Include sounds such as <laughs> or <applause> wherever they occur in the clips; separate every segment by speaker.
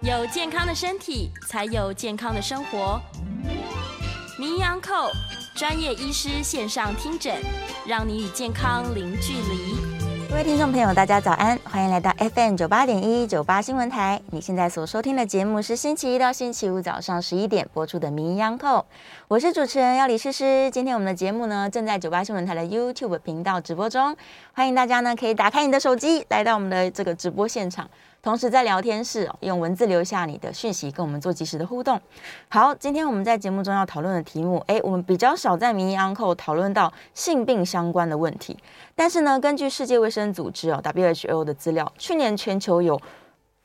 Speaker 1: 有健康的身体，才有健康的生活。名医 Uncle 专业医师线上听诊，让你与健康零距离。
Speaker 2: 各位听众朋友，大家早安，欢迎来到 FM 九八点一九八新闻台。你现在所收听的节目是星期一到星期五早上十一点播出的《名医央叩》，我是主持人要李诗诗。今天我们的节目呢正在九八新闻台的 YouTube 频道直播中，欢迎大家呢可以打开你的手机，来到我们的这个直播现场，同时在聊天室、哦用文字留下你的讯息，跟我们做及时的互动。好，今天我们在节目中要讨论的题目，哎，我们比较少在《名医央叩》讨论到性病相关的问题。但是呢，根据世界卫生组织哦 （WHO） 的资料，去年全球有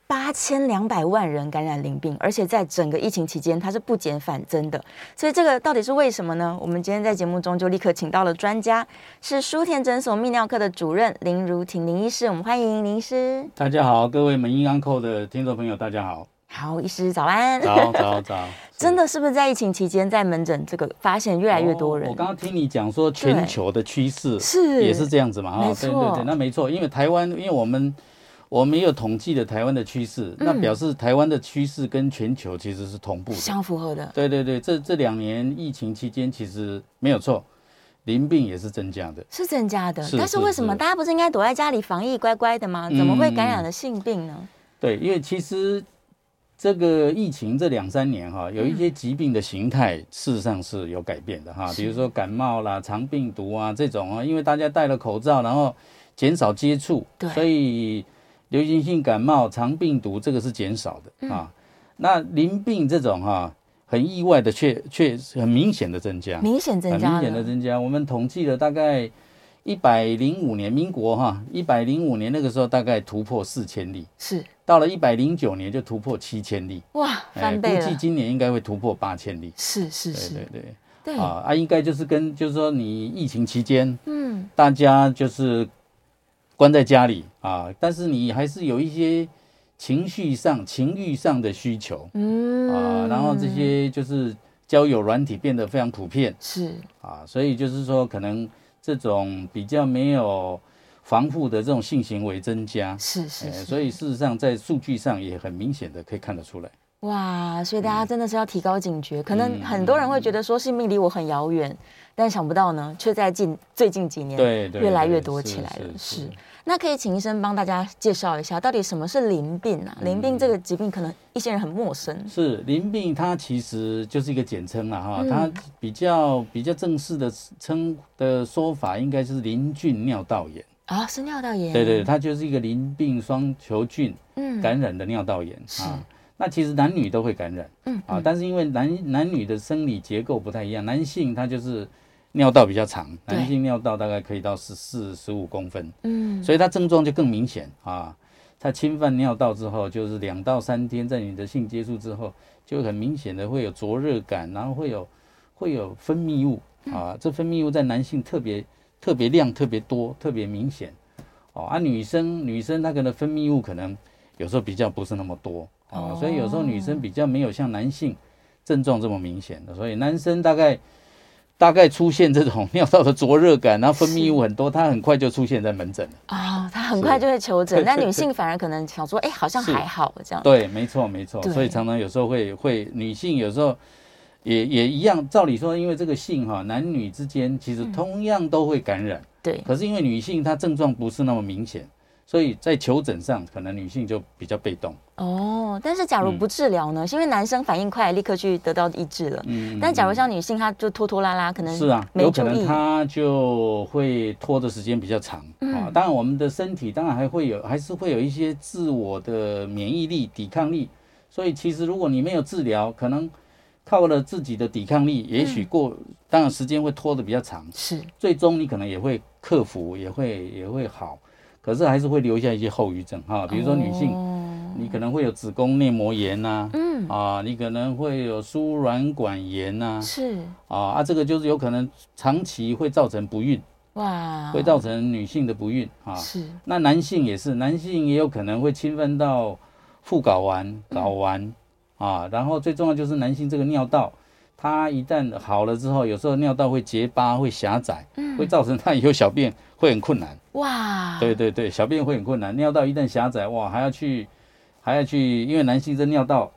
Speaker 2: 八千两百万人感染淋病，而且在整个疫情期间，它是不减反增的。所以这个到底是为什么呢？我们今天在节目中就立刻请到了专家，是舒田诊所泌尿科的主任林如婷林医师，我们欢迎林医师。
Speaker 3: 大家好，各位门音安扣的听众朋友，大家好，
Speaker 2: 好，医师早安。
Speaker 3: 早早 <laughs> 早，
Speaker 2: 真
Speaker 3: 的
Speaker 2: 的是不是在疫情期间，在门诊这个发现越来越多人？
Speaker 3: 哦我刚刚听你讲说全球的趋势
Speaker 2: 是
Speaker 3: 也是这样子嘛，啊
Speaker 2: 没
Speaker 3: 对
Speaker 2: 错
Speaker 3: 对对，那没错，因为台湾，因为我们我们也有统计的台湾的趋势，
Speaker 2: 嗯
Speaker 3: 那表示台湾的趋势跟全球其实是同步的。
Speaker 2: 相符合的，
Speaker 3: 对对对，这这两年疫情期间其实没有错，淋病也是增加的。
Speaker 2: 是增加的。
Speaker 3: 是
Speaker 2: 但是
Speaker 3: 是
Speaker 2: 为什么
Speaker 3: 是嗯
Speaker 2: 大家不是应该躲在家里防疫乖乖的吗？怎么会感染了性病呢？
Speaker 3: 对，因为其实这个疫情这两三年哈，有一
Speaker 2: 嗯
Speaker 3: 些疾病的形态事实上是有改变的哈，比如说感冒啦、肠病毒啊这种啊，因为大家戴了口罩，然后减少接触
Speaker 2: 对，
Speaker 3: 所以流行性感冒、肠病毒这个是减少
Speaker 2: 嗯
Speaker 3: 的啊。那淋病这种哈、很意外的却却很明显的增加，
Speaker 2: 明显增
Speaker 3: 嗯很
Speaker 2: 加了，
Speaker 3: 明显的增加。我们统计了大概一百零五年，民国哈一百零五年那个时候大概突破四千例。
Speaker 2: 是
Speaker 3: 到了一百零九年就突破七千例，
Speaker 2: 哇，翻
Speaker 3: 哎估
Speaker 2: 倍了，
Speaker 3: 计今年应该会突破八千例。
Speaker 2: 是是
Speaker 3: 对
Speaker 2: 是，嗯
Speaker 3: 对对，
Speaker 2: 对，
Speaker 3: 啊啊，应该就是跟就是说你疫情期间
Speaker 2: 嗯，
Speaker 3: 大家就是关在家里啊，但是你还是有一些情绪上、情欲上的需求
Speaker 2: 嗯
Speaker 3: 啊，然后这些就是交友软体变得非常普遍
Speaker 2: 是
Speaker 3: 啊，所以就是说可能这种比较没有防护的这种性行为增加，
Speaker 2: 是是
Speaker 3: 哎
Speaker 2: 是，
Speaker 3: 所以事实上在数据上也很明显的可以看得出来。
Speaker 2: 哇，所以
Speaker 3: 嗯
Speaker 2: 大家真的是要提高警觉，可能很多人会觉得说性命离我很遥远，但想不到呢，却在近最近几年
Speaker 3: 对对，
Speaker 2: 越来
Speaker 3: 对
Speaker 2: 越多
Speaker 3: 是
Speaker 2: 起来了，
Speaker 3: 是是
Speaker 2: 那可以请医生帮大家介绍一下，到底什么是淋病
Speaker 3: 嗯
Speaker 2: 啊？淋病这个疾病可能一些人很陌生，
Speaker 3: 是淋病，它其实就是一个简称了哈，
Speaker 2: 嗯
Speaker 3: 它比较比较正式的称的说法应该是淋菌尿道炎。
Speaker 2: 啊，是尿道炎，
Speaker 3: 对对，，它就是一个淋病双球菌
Speaker 2: 嗯，
Speaker 3: 感染的尿道炎
Speaker 2: 是
Speaker 3: 啊。那其实男女都会感染
Speaker 2: 嗯
Speaker 3: 啊，但是因为男男女的生理结构不太一样，男性他就是尿道比较长，
Speaker 2: 对
Speaker 3: 男性尿道大概可以到十四十五公分，
Speaker 2: 嗯，
Speaker 3: 所以它症状就更明显啊。它侵犯尿道之后，就是两到三天，在你的性接触之后，就很明显的会有灼热感，然后会有会有分泌物啊，这分泌物在男性特别特别量、特别多、特别明显哦。啊，女生女生她可能分泌物可能有时候比较不是那么多啊，所以有时候女生比较没有像男性症状这么明显的，所以男生大概。大概出现这种 <laughs> 尿道的灼热感，然后分泌物很多，他很快就出现在门诊了。
Speaker 2: 啊，他很快就会求
Speaker 3: <laughs>
Speaker 2: 诊，
Speaker 3: 对对
Speaker 2: 但女
Speaker 3: 对
Speaker 2: 性反而可能想说，哎，好像
Speaker 3: 是
Speaker 2: 还好这样，
Speaker 3: 对，没错，没错
Speaker 2: 对。
Speaker 3: 所以常常有时候会会女性有时候也也一样，照理说，因为这个性哈，男女之间其实同样都会感染，
Speaker 2: 对，
Speaker 3: 可是因为女性她症状不是那么明显，所以在求诊上可能女性就比较被动。
Speaker 2: 哦，但是假
Speaker 3: 嗯
Speaker 2: 如不治疗呢？是因为男生反应快，立刻去得到医治了。
Speaker 3: 嗯，
Speaker 2: 但假如像女性，她就拖拖拉拉，可能
Speaker 3: 是啊，
Speaker 2: 嗯没
Speaker 3: 有可
Speaker 2: 注
Speaker 3: 能
Speaker 2: 意。
Speaker 3: 她就会拖的时间比较长、
Speaker 2: 嗯
Speaker 3: 啊。当然，我们的身体当然还会有，还是会有一些自我的免疫力、抵抗力。所以，其实如果你没有治疗，可能靠了自己的抵抗力，也许过、当然时间会拖得比较长，
Speaker 2: 是
Speaker 3: 最终你可能也会克服，也会也会好，可是还是会留下一些后遗症哈、比如说女性。
Speaker 2: 哦
Speaker 3: 你可能会有子宫内膜炎呐、
Speaker 2: 嗯，
Speaker 3: 啊，你可能会有输卵管炎呐、
Speaker 2: 是
Speaker 3: 啊啊，这个就是有可能长期会造成不孕，
Speaker 2: 哇，
Speaker 3: 会造成女性的不孕啊。
Speaker 2: 啊是
Speaker 3: 那男性也是，男性也有可能会侵犯到副睾丸、
Speaker 2: 嗯
Speaker 3: 睾丸啊。然后最重要就是男性这个尿道，它一旦好了之后，有时候尿道会结疤、会狭窄，
Speaker 2: 嗯
Speaker 3: 会造成他以后小便会很困难。
Speaker 2: 哇，
Speaker 3: <laughs> 对对对，小便会很困难，尿道一旦狭窄，哇，还要去。还要去，因为男性这尿道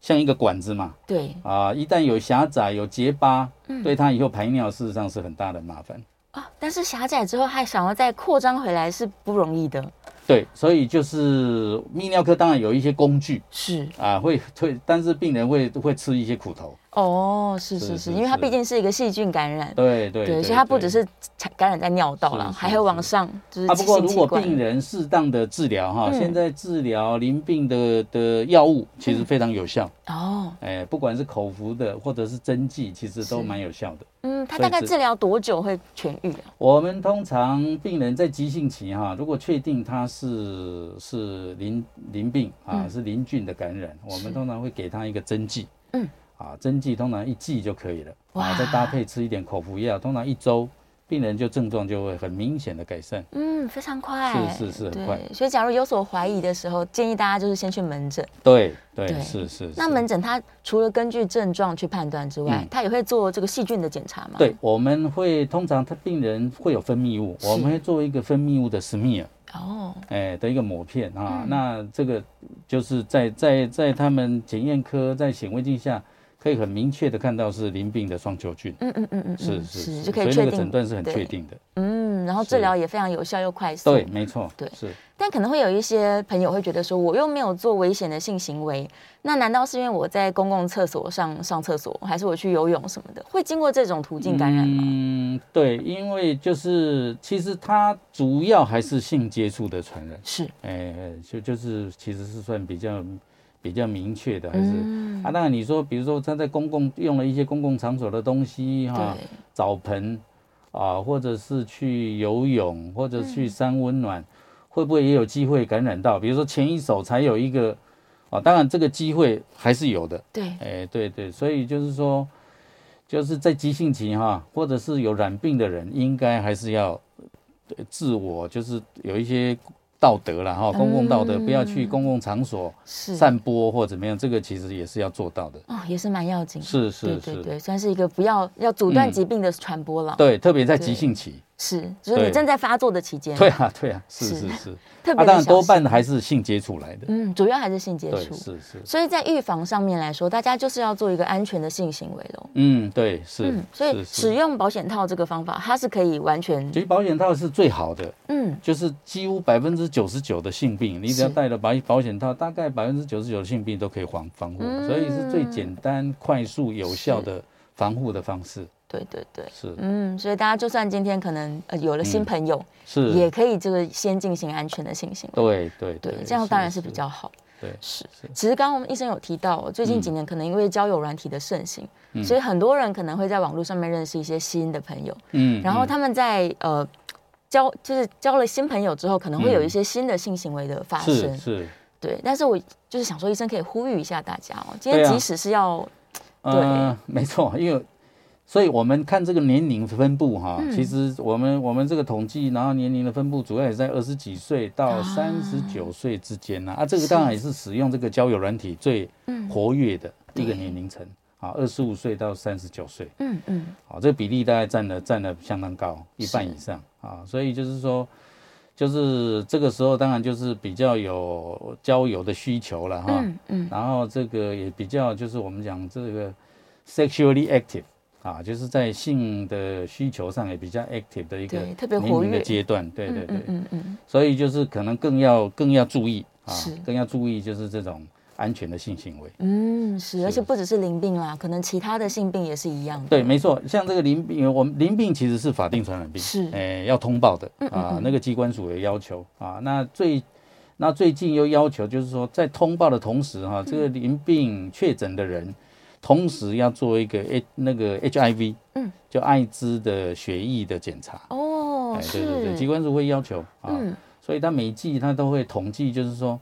Speaker 3: 像一个管子嘛，
Speaker 2: 对，
Speaker 3: 啊，一旦有狭窄、有结疤，
Speaker 2: 嗯
Speaker 3: 对他以后排尿事实上是很大的麻烦。
Speaker 2: 哦，但是狭窄之后还想要再扩张回来是不容易的，
Speaker 3: 对，所以就是泌尿科当然有一些工具
Speaker 2: 是
Speaker 3: 啊，会会，但是病人会会吃一些苦头。
Speaker 2: 哦，是是
Speaker 3: 是
Speaker 2: 是，
Speaker 3: 是
Speaker 2: 因为它
Speaker 3: 是
Speaker 2: 毕竟是一个细菌感染，
Speaker 3: 对对
Speaker 2: 对，所以它不
Speaker 3: 对
Speaker 2: 只是产感染在尿道啦，
Speaker 3: 是是
Speaker 2: 还会往上就是
Speaker 3: 啊，不过
Speaker 2: 性
Speaker 3: 如
Speaker 2: 器
Speaker 3: 果
Speaker 2: 官
Speaker 3: 病人适当的治疗哈，
Speaker 2: 嗯
Speaker 3: 现在治疗淋病的的药物其实非常有效，
Speaker 2: 哦，
Speaker 3: 哎，不管是口服的或者是针剂，其实
Speaker 2: 是
Speaker 3: 都蛮有效的。
Speaker 2: 嗯，它大
Speaker 3: 所以
Speaker 2: 概
Speaker 3: 这
Speaker 2: 治疗多久会痊愈啊？
Speaker 3: 我们通常病人在急性期哈，如果确定他是是淋淋病啊，
Speaker 2: 嗯
Speaker 3: 是淋菌的感染，我
Speaker 2: 是
Speaker 3: 们通常会给他一个针剂，
Speaker 2: 嗯，
Speaker 3: 啊，针剂通常一剂就可以了，
Speaker 2: 哇
Speaker 3: 啊，再搭配吃一点口服药，通常一周，病人就症状就会很明显的改善。
Speaker 2: 嗯，非常快，
Speaker 3: 是是是很
Speaker 2: 对
Speaker 3: 快
Speaker 2: 所以假如有所怀疑的时候，建议大家就是先去门诊。
Speaker 3: 对对
Speaker 2: 对
Speaker 3: 是是。
Speaker 2: 那
Speaker 3: 是
Speaker 2: 门诊它除了根据症状去判断之外
Speaker 3: 嗯，
Speaker 2: 它也会做这个细菌的检查嘛？
Speaker 3: 对，我们会通常他病人会有分泌物，
Speaker 2: 是
Speaker 3: 我们会做一个分泌物的 smear，
Speaker 2: 哦，
Speaker 3: 哎的一个抹片
Speaker 2: 嗯
Speaker 3: 啊。那这个就是在在在他们检验科在显微镜下可以很明确的看到是淋病的双球菌，
Speaker 2: 嗯嗯嗯嗯，
Speaker 3: 是
Speaker 2: 嗯
Speaker 3: 是
Speaker 2: 就可以
Speaker 3: 所以
Speaker 2: 确
Speaker 3: 那个诊
Speaker 2: 定，
Speaker 3: 断是很
Speaker 2: 对
Speaker 3: 确定的。
Speaker 2: 嗯，然后治
Speaker 3: 是
Speaker 2: 疗也非常有效又快速。
Speaker 3: 对，，没错，
Speaker 2: 对
Speaker 3: 是。
Speaker 2: 但可能会有一些朋友会觉得说，我又没有做危险的性行为，那难道是因为我在公共厕所上上厕所，还是我去游泳什么的，会经过这种途径感染吗？
Speaker 3: 嗯，对，因为就是其实它主要还是性接触的传染，
Speaker 2: 是，
Speaker 3: 哎，就就是其实是算比较比较明确的，还是。
Speaker 2: 嗯，
Speaker 3: 啊，当然你说，比如说他在公共用了一些公共场所的东西哈、
Speaker 2: 对，
Speaker 3: 澡盆啊，或者是去游泳，或者
Speaker 2: 嗯
Speaker 3: 去三温暖，会不会也有机会感染到？比如说前一手才有一个啊，当然这个机会还是有的。
Speaker 2: 对，
Speaker 3: 哎，对对，所以就是说，就是在急性期哈、或者是有染病的人，应该还是要呃自我，就是有一些道德了哈、
Speaker 2: 嗯
Speaker 3: 公共道德，不要去公共场所。
Speaker 2: 是，
Speaker 3: 散播或怎么样，这个其实也是要做到的。
Speaker 2: 哦，也是蛮要紧的。
Speaker 3: 是
Speaker 2: 对
Speaker 3: 是
Speaker 2: 对
Speaker 3: 是，
Speaker 2: 对，算是一个不要要阻断
Speaker 3: 嗯
Speaker 2: 疾病的传播了。
Speaker 3: 对，特别在
Speaker 2: 对
Speaker 3: 急性期。
Speaker 2: 是，就是你
Speaker 3: 对
Speaker 2: 正在发作的期间，
Speaker 3: 对，啊对啊，是
Speaker 2: 是
Speaker 3: 是是。
Speaker 2: 特别
Speaker 3: 啊，当
Speaker 2: 的
Speaker 3: 然
Speaker 2: 小
Speaker 3: 多
Speaker 2: 心。
Speaker 3: 半还是性接触来的。
Speaker 2: 嗯，主要还是性接
Speaker 3: 对，
Speaker 2: 触。
Speaker 3: 是是。
Speaker 2: 所以在预防上面来说，大家就是要做一个安全的性行为喽。
Speaker 3: 嗯，对是
Speaker 2: 嗯，。所以
Speaker 3: 是是
Speaker 2: 使用保险套这个方法，它是可以完全
Speaker 3: 其实保险套是最好的，
Speaker 2: 嗯
Speaker 3: 就是几乎百分之九十九的性病，你只要
Speaker 2: 是
Speaker 3: 戴了保保险套，大概百分之九十九的性病都可以防防护，
Speaker 2: 嗯
Speaker 3: 所以是最简单、快速、有效
Speaker 2: 是
Speaker 3: 的防护的方式。
Speaker 2: 对对对。
Speaker 3: 是
Speaker 2: 嗯，所以大家就算今天可能呃有了新
Speaker 3: 嗯
Speaker 2: 朋友，也
Speaker 3: 是，
Speaker 2: 可以这个先进行安全的性行为。
Speaker 3: 对对
Speaker 2: 对，这样当然是比较好。
Speaker 3: 对
Speaker 2: 是。其实刚刚我们医生有提到，最近几年可能因为交友软体的盛行，
Speaker 3: 嗯
Speaker 2: 所以很多人可能会在网络上面认识一些新的朋友，
Speaker 3: 嗯，
Speaker 2: 然后
Speaker 3: 嗯
Speaker 2: 他们在呃交就是交了新朋友之后，可能会
Speaker 3: 嗯
Speaker 2: 有一些新的性行为的发
Speaker 3: 是
Speaker 2: 生。
Speaker 3: 是
Speaker 2: 对，但是我就是想说，医生可以呼吁一下大家哦，今天
Speaker 3: 对啊
Speaker 2: 即使是要
Speaker 3: 呃，没错，因为所以我们看这个年龄分布哈，
Speaker 2: 嗯
Speaker 3: 其实我们我们这个统计，然后年龄的分布主要也在二十几岁到
Speaker 2: 啊
Speaker 3: 三十九岁之间呐、啊。这个
Speaker 2: 是
Speaker 3: 当然也是使用这个交友软体最
Speaker 2: 嗯
Speaker 3: 活跃的一个
Speaker 2: 对
Speaker 3: 年龄层啊，二十五岁到三十九岁，
Speaker 2: 嗯嗯
Speaker 3: 啊，这个比例大概占了占了相当高，一半以上啊。所以就是说。就是这个时候，当然就是比较有交友的需求了哈。
Speaker 2: 嗯嗯
Speaker 3: 然后这个也比较就是我们讲这个 sexually active 啊，就是在性的需求上也比较 active 的一个
Speaker 2: 对特别活
Speaker 3: 年龄的
Speaker 2: 跃
Speaker 3: 阶段，对对对，
Speaker 2: 嗯嗯嗯
Speaker 3: 所以就是可能更要更要注意啊
Speaker 2: 是，
Speaker 3: 更要注意就是这种安全的性行为。
Speaker 2: 嗯嗯是，而且不只是淋病啦，可能其他的性病也是一样的。
Speaker 3: 对，没错，像这个淋病，我们淋病其实是法定传染病，
Speaker 2: 是
Speaker 3: 诶、要通报的
Speaker 2: 嗯嗯
Speaker 3: 啊
Speaker 2: 嗯，
Speaker 3: 那个机关署有要求啊。那最那最近又要求，就是说在通报的同时哈、这个
Speaker 2: 嗯
Speaker 3: 淋病确诊的人，同时要做一个 H 那个 HIV，
Speaker 2: 嗯，
Speaker 3: 就艾滋的血液的检查。
Speaker 2: 哦，
Speaker 3: 哎，对对对，机
Speaker 2: 是，
Speaker 3: 关署会要求啊，
Speaker 2: 嗯
Speaker 3: 所以他每季他都会统计，就是说，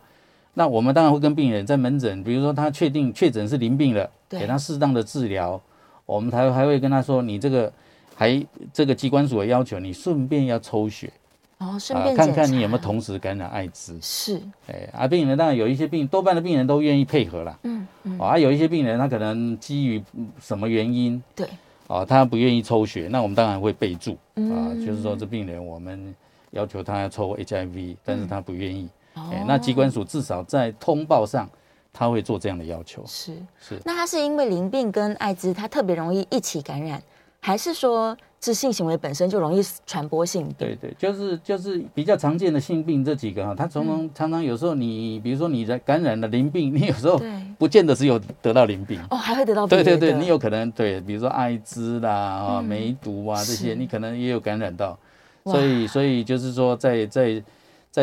Speaker 3: 那我们当然会跟病人在门诊，比如说他确定确诊是淋病了，
Speaker 2: 对
Speaker 3: 给他适当的治疗，我们才还会跟他说，你这个还这个机关署的要求，你顺便要抽血
Speaker 2: 然后哦顺便
Speaker 3: 啊看
Speaker 2: 检
Speaker 3: 看你有没有
Speaker 2: 查
Speaker 3: 同时感染艾滋。
Speaker 2: 是
Speaker 3: 哎，啊，病人当然有一些病，多半的病人都愿意配合啦。
Speaker 2: 嗯嗯
Speaker 3: 哦啊，有一些病人他可能基于嗯什么原因
Speaker 2: 对
Speaker 3: 啊，他不愿意抽血，那我们当然会备注啊，
Speaker 2: 嗯嗯
Speaker 3: 就是说这病人我们要求他抽 HIV，但是他不愿意。
Speaker 2: 哦
Speaker 3: 哎，那机关署至少在通报上，他会做这样的要求。
Speaker 2: 是
Speaker 3: 是
Speaker 2: 那它是因为淋病跟艾滋它特别容易一起感染，还是说是性行为本身就容易传播性病？
Speaker 3: 对对，就是就是比较常见的性病这几个哈，它常
Speaker 2: 嗯
Speaker 3: 常常常有时候你，比如说你在感染了淋病， <laughs> 你有时候
Speaker 2: 对
Speaker 3: 不见得只有得到淋病。
Speaker 2: 哦，还会得到
Speaker 3: 对
Speaker 2: 别
Speaker 3: 对
Speaker 2: 的
Speaker 3: 对，你有可能对，比如说艾滋啦、啊、
Speaker 2: 嗯
Speaker 3: 梅毒啊这
Speaker 2: 是
Speaker 3: 些，你可能也有感染到，
Speaker 2: 哇
Speaker 3: 所以所以就是说在，在在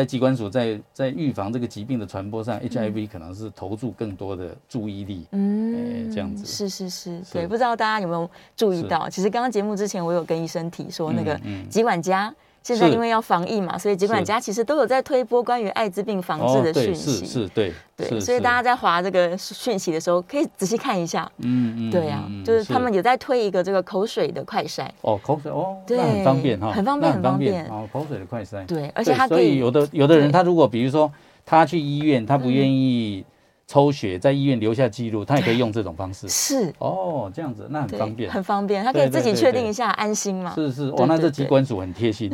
Speaker 3: 机关署在在预防这个疾病的传播上、h i v 可能是投注更多的注意力。
Speaker 2: 嗯
Speaker 3: 哎这样子
Speaker 2: 是是是，
Speaker 3: 是
Speaker 2: 对，不知道大家有没有注意
Speaker 3: 是
Speaker 2: 到？其实刚刚节目之前，我有跟医生提说，那个
Speaker 3: 嗯嗯
Speaker 2: 疾管家现在
Speaker 3: 是
Speaker 2: 因为要防疫嘛，所以疾管家其实都有在推播关于艾滋病防治
Speaker 3: 哦，
Speaker 2: 的
Speaker 3: 对，
Speaker 2: 讯
Speaker 3: 是
Speaker 2: 息。
Speaker 3: 是，对，
Speaker 2: 对，
Speaker 3: 是
Speaker 2: 所以
Speaker 3: 是
Speaker 2: 大家在划这个讯息的时候，可以仔细看一下。
Speaker 3: 嗯嗯，
Speaker 2: 对啊
Speaker 3: 嗯，
Speaker 2: 就是他们有在推一个这个口水的快筛，
Speaker 3: 哦，口水哦，
Speaker 2: 对
Speaker 3: 那很方便哈，
Speaker 2: 很方便
Speaker 3: 那很方便
Speaker 2: 很
Speaker 3: 哦，口水的快筛，
Speaker 2: 对，而
Speaker 3: 而
Speaker 2: 且它
Speaker 3: 所
Speaker 2: 可
Speaker 3: 以
Speaker 2: 以
Speaker 3: 有的有的人
Speaker 2: 对嗯
Speaker 3: 他如果比如说他去医院，他不愿意抽血，在医院留下记录，他也可以用这种方式。
Speaker 2: 是，
Speaker 3: 哦，这样子那很
Speaker 2: 对
Speaker 3: 方便，
Speaker 2: 很方便，它可以
Speaker 3: 对对
Speaker 2: 自己
Speaker 3: 对
Speaker 2: 确
Speaker 3: 对
Speaker 2: 定一下，安心嘛。
Speaker 3: 是是，
Speaker 2: 对
Speaker 3: 哦，那
Speaker 2: 对
Speaker 3: 这
Speaker 2: 对
Speaker 3: 机关署很
Speaker 2: <laughs>
Speaker 3: 贴心，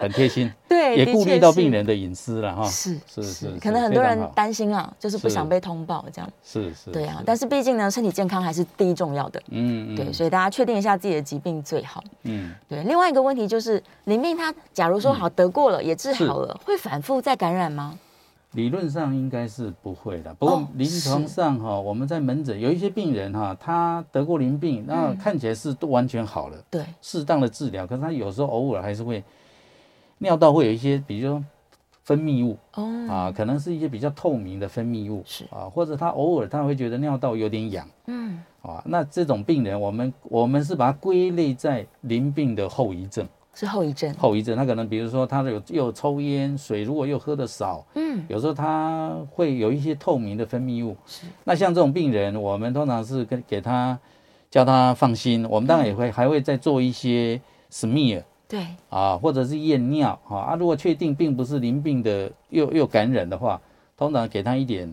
Speaker 3: 很贴心，
Speaker 2: 对，
Speaker 3: 也
Speaker 2: 的
Speaker 3: 顾
Speaker 2: 确
Speaker 3: 虑到
Speaker 2: 是
Speaker 3: 病人的隐私了哈。
Speaker 2: 是
Speaker 3: 是是
Speaker 2: 可能
Speaker 3: 是
Speaker 2: 很
Speaker 3: 非
Speaker 2: 多
Speaker 3: 常
Speaker 2: 人
Speaker 3: 好
Speaker 2: 担心啊，就是不
Speaker 3: 是
Speaker 2: 想被通报这样。
Speaker 3: 是是，
Speaker 2: 对啊，但是毕竟呢，身体健康还是第一重要的。
Speaker 3: 嗯嗯
Speaker 2: 对，所以大家确定一下自己的疾病最好。
Speaker 3: 嗯，
Speaker 2: 对，另外一个问题就是，淋病它假如说好得过了，也治好了，会反复再感染吗？
Speaker 3: 理论上应该是不会的，不过
Speaker 2: 哦
Speaker 3: 临床
Speaker 2: 是
Speaker 3: 上哈，我们在门诊有一些病人哈，他得过淋病，那
Speaker 2: 嗯
Speaker 3: 看起来是都完全好了，
Speaker 2: 对，
Speaker 3: 适当的治疗，可是他有时候偶尔还是会尿道会有一些，比如说分泌物
Speaker 2: 哦，
Speaker 3: 啊，可能是一些比较透明的分泌物
Speaker 2: 是
Speaker 3: 啊，或者他偶尔他会觉得尿道有点痒
Speaker 2: 嗯，
Speaker 3: 啊，那这种病人我们我们是把它归类在淋病的后遗症，
Speaker 2: 是后遗症。
Speaker 3: 后遗症他可能比如说他有又抽烟，水如果又喝的少。
Speaker 2: 嗯，
Speaker 3: 有时候它会有一些透明的分泌物。那像这种病人，我们通常是跟给他叫他放心，我们当然也会、还会再做一些 smear
Speaker 2: 对，
Speaker 3: 啊，或者是验尿啊啊。如果确定并不是淋病的又又感染的话，通常给他一点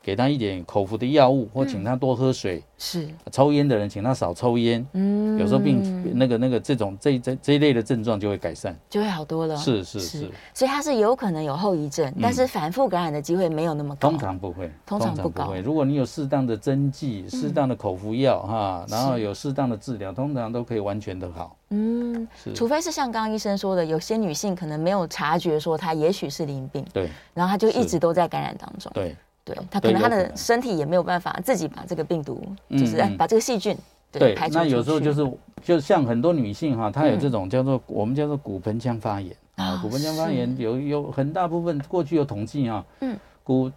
Speaker 3: 给他一点口服的药物，
Speaker 2: 嗯
Speaker 3: 或请他多喝水。
Speaker 2: 是，
Speaker 3: 抽烟的人请他少抽烟。
Speaker 2: 嗯，
Speaker 3: 有时候病那个那个这种这这这一类的症状就会改善。
Speaker 2: 就会好多了。
Speaker 3: 是是是，
Speaker 2: 所以它是有可能有后遗症，但是反复感染的机会没有那么高。
Speaker 3: 通常不会，
Speaker 2: 通常不高嗯
Speaker 3: 会。如果你有适当的针剂、适当的口服药哈，然后
Speaker 2: 是
Speaker 3: 有适当的治疗，通常都可以完全的好。
Speaker 2: 嗯，
Speaker 3: 是，
Speaker 2: 除非是像刚刚医生说的，有些女性可能没有察觉说她也许是淋病，
Speaker 3: 对
Speaker 2: 然后她就一
Speaker 3: 是
Speaker 2: 直都在感染当中。
Speaker 3: 对
Speaker 2: 对，她可
Speaker 3: 对
Speaker 2: 能她
Speaker 3: 有可
Speaker 2: 的
Speaker 3: 能
Speaker 2: 身体也没有办法自己把这个病毒，就是
Speaker 3: 嗯
Speaker 2: 哎
Speaker 3: 嗯
Speaker 2: 把这个细菌对
Speaker 3: 对
Speaker 2: 排。除
Speaker 3: 那有
Speaker 2: 出
Speaker 3: 时候
Speaker 2: 去
Speaker 3: 就是，就像很多女性哈，她有
Speaker 2: 嗯
Speaker 3: 这种叫做我们叫做骨盆腔发炎
Speaker 2: 啊
Speaker 3: 啊，骨盆腔发
Speaker 2: 是
Speaker 3: 炎有有很大部分过去有统计啊，
Speaker 2: 嗯，
Speaker 3: 骨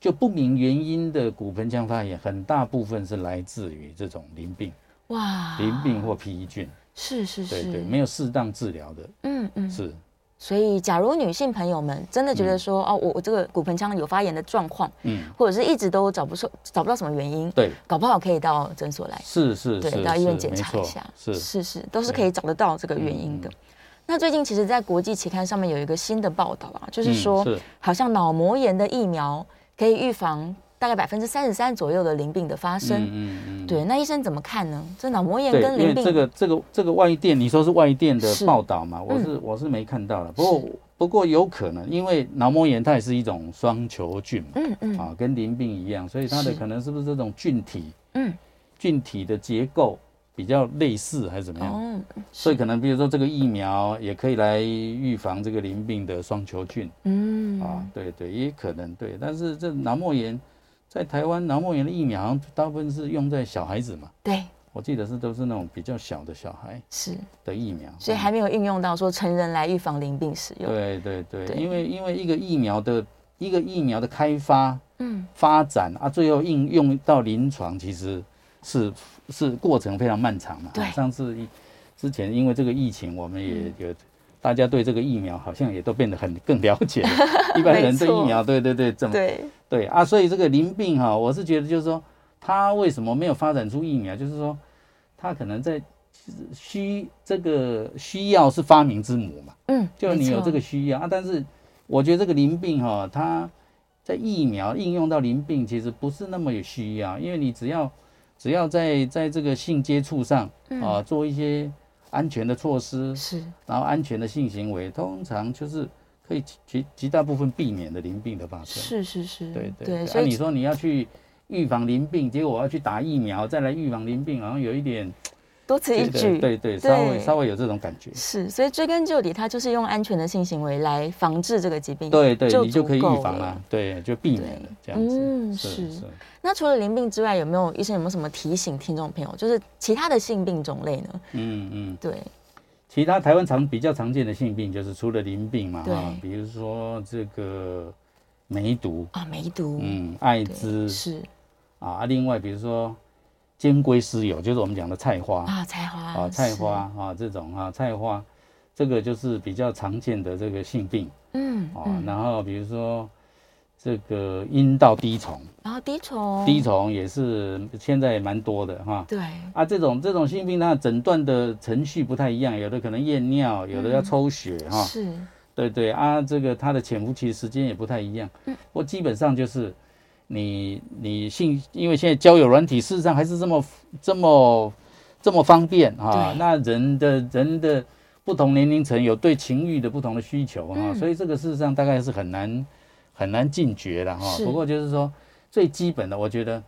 Speaker 3: 就不明原因的骨盆腔发炎，很大部分是来自于这种淋病、
Speaker 2: 哇，
Speaker 3: 淋病或皮衣菌，
Speaker 2: 是是啊是，
Speaker 3: 对对，没有适当治疗的，
Speaker 2: 嗯嗯，
Speaker 3: 是
Speaker 2: 所以假如女性朋友们真的觉得说、哦，我我这个骨盆腔有发炎的状况，
Speaker 3: 嗯，
Speaker 2: 或者是一直都找不出找不到什么原因，
Speaker 3: 对，
Speaker 2: 搞不好可以到诊所来，
Speaker 3: 是是
Speaker 2: 对，
Speaker 3: 是，
Speaker 2: 到医院
Speaker 3: 是
Speaker 2: 检
Speaker 3: 没
Speaker 2: 查一
Speaker 3: 错
Speaker 2: 下，
Speaker 3: 是
Speaker 2: 是是都是
Speaker 3: 对嗯
Speaker 2: 可以找得到这个原因的。那最近其实，在国际期刊上面有一个新的报道啊，就是
Speaker 3: 嗯
Speaker 2: 说，
Speaker 3: 是
Speaker 2: 好像脑膜炎的疫苗可以预防大概百分之三十三左右的淋病的发生。
Speaker 3: 嗯嗯嗯，
Speaker 2: 对，那医生怎么看呢？这脑膜炎
Speaker 3: 对，
Speaker 2: 跟
Speaker 3: 因
Speaker 2: 淋
Speaker 3: 为
Speaker 2: 病，
Speaker 3: 这个这个这个外电，你说是外电的
Speaker 2: 是
Speaker 3: 报道嘛？我
Speaker 2: 嗯
Speaker 3: 是、我是没看到了，不过不过有可能，因为脑膜炎它也是一种双球菌嘛，
Speaker 2: 嗯嗯，
Speaker 3: 啊，跟淋病一样，所以它
Speaker 2: 是
Speaker 3: 的可能是不是这种菌体，
Speaker 2: 嗯，
Speaker 3: 菌体的结构比较类似还是怎么样？
Speaker 2: 哦，
Speaker 3: 所以可能比如说这个疫苗也可以来预防这个淋病的双球菌
Speaker 2: 嗯，
Speaker 3: 啊，对对，也可能对，但是这脑膜炎。在台湾，脑膜炎的疫苗好像大部分是用在小孩子嘛，
Speaker 2: 对，
Speaker 3: 我记得是都是那种比较小的小孩
Speaker 2: 是，
Speaker 3: 的疫苗，
Speaker 2: 所以还没有运用到说成人来预防淋病使用。
Speaker 3: 对对对，
Speaker 2: 对
Speaker 3: 因为因为一个疫苗的一个疫苗的开发
Speaker 2: 嗯，
Speaker 3: 发展啊，最后应用到临床，其实是是过程非常漫长嘛。
Speaker 2: 对嗯
Speaker 3: 上次一之前因为这个疫情，我们也有。大家对这个疫苗好像也都变得很更了
Speaker 2: <laughs>
Speaker 3: 解了，一般人对
Speaker 2: 没错
Speaker 3: 疫苗，对对对，怎么
Speaker 2: 对，
Speaker 3: 对啊，所以这个淋病哈、我是觉得就是说，它为什么没有发展出疫苗，就是说，它可能在需这个需要是发明之母嘛，
Speaker 2: 嗯，
Speaker 3: 就你
Speaker 2: 没
Speaker 3: 有
Speaker 2: 错
Speaker 3: 这个需要啊。但是我觉得这个淋病哈、它在疫苗应用到淋病其实不是那么有需要，因为你只要只要在在这个性接触上
Speaker 2: 嗯
Speaker 3: 啊、做一些安全的措施，
Speaker 2: 是
Speaker 3: 然后安全的性行为，通常就是可以极极极大部分避免的淋病的发生。
Speaker 2: 是是是，
Speaker 3: 对对
Speaker 2: 对，
Speaker 3: 所
Speaker 2: 所
Speaker 3: 以、啊、你
Speaker 2: 以
Speaker 3: 说你要去预防淋病，结果我要去打疫苗，再来预防淋病，好像有一点
Speaker 2: 多此一
Speaker 3: 这个
Speaker 2: 举，
Speaker 3: 对对，稍微
Speaker 2: 对
Speaker 3: 稍微有这种感觉。
Speaker 2: 是，所以追根究底，它就是用安全的性行为来防治这个疾病，
Speaker 3: 对对，你
Speaker 2: 足
Speaker 3: 就可以预
Speaker 2: 够
Speaker 3: 防啦
Speaker 2: 了。，
Speaker 3: 对，就避免了
Speaker 2: 对
Speaker 3: 这样子。
Speaker 2: 嗯是
Speaker 3: 是。
Speaker 2: 那除了淋病之外，有没有医生有没有什么提醒听众朋友，就是其他的性病种类呢？
Speaker 3: 嗯嗯，
Speaker 2: 对，
Speaker 3: 其他台湾常比较常见的性病就是除了淋病嘛，
Speaker 2: 对
Speaker 3: 哈，比如说这个梅毒，
Speaker 2: 啊，梅毒，
Speaker 3: 嗯，艾
Speaker 2: 对，
Speaker 3: 滋
Speaker 2: 是
Speaker 3: 啊，另外比如说尖龟丝疣，就是我们讲的菜花
Speaker 2: 啊，菜花
Speaker 3: 啊，菜
Speaker 2: 是
Speaker 3: 花啊这种啊，菜花，这个就是比较常见的这个性病
Speaker 2: 嗯
Speaker 3: 啊。
Speaker 2: 嗯，
Speaker 3: 然后比如说这个阴道滴虫，
Speaker 2: 然后滴虫，
Speaker 3: 滴虫也是现在也蛮多的哈。
Speaker 2: 对，
Speaker 3: 啊，这种这种性病，它诊断的程序不太一样，有的可能验尿，有的
Speaker 2: 嗯
Speaker 3: 要抽血哈、
Speaker 2: 是
Speaker 3: 对对啊，这个它的潜伏期时间也不太一样。嗯，不过基本上就是你你性，因为现在交友软体事实上还是这么这么这么方便啊
Speaker 2: 对。
Speaker 3: 那人的人的不同年龄层有对情欲的不同的需求啊，
Speaker 2: 嗯
Speaker 3: 所以这个事实上大概是很难很难禁绝了哈、
Speaker 2: 是
Speaker 3: 不过就是说最基本的，我觉得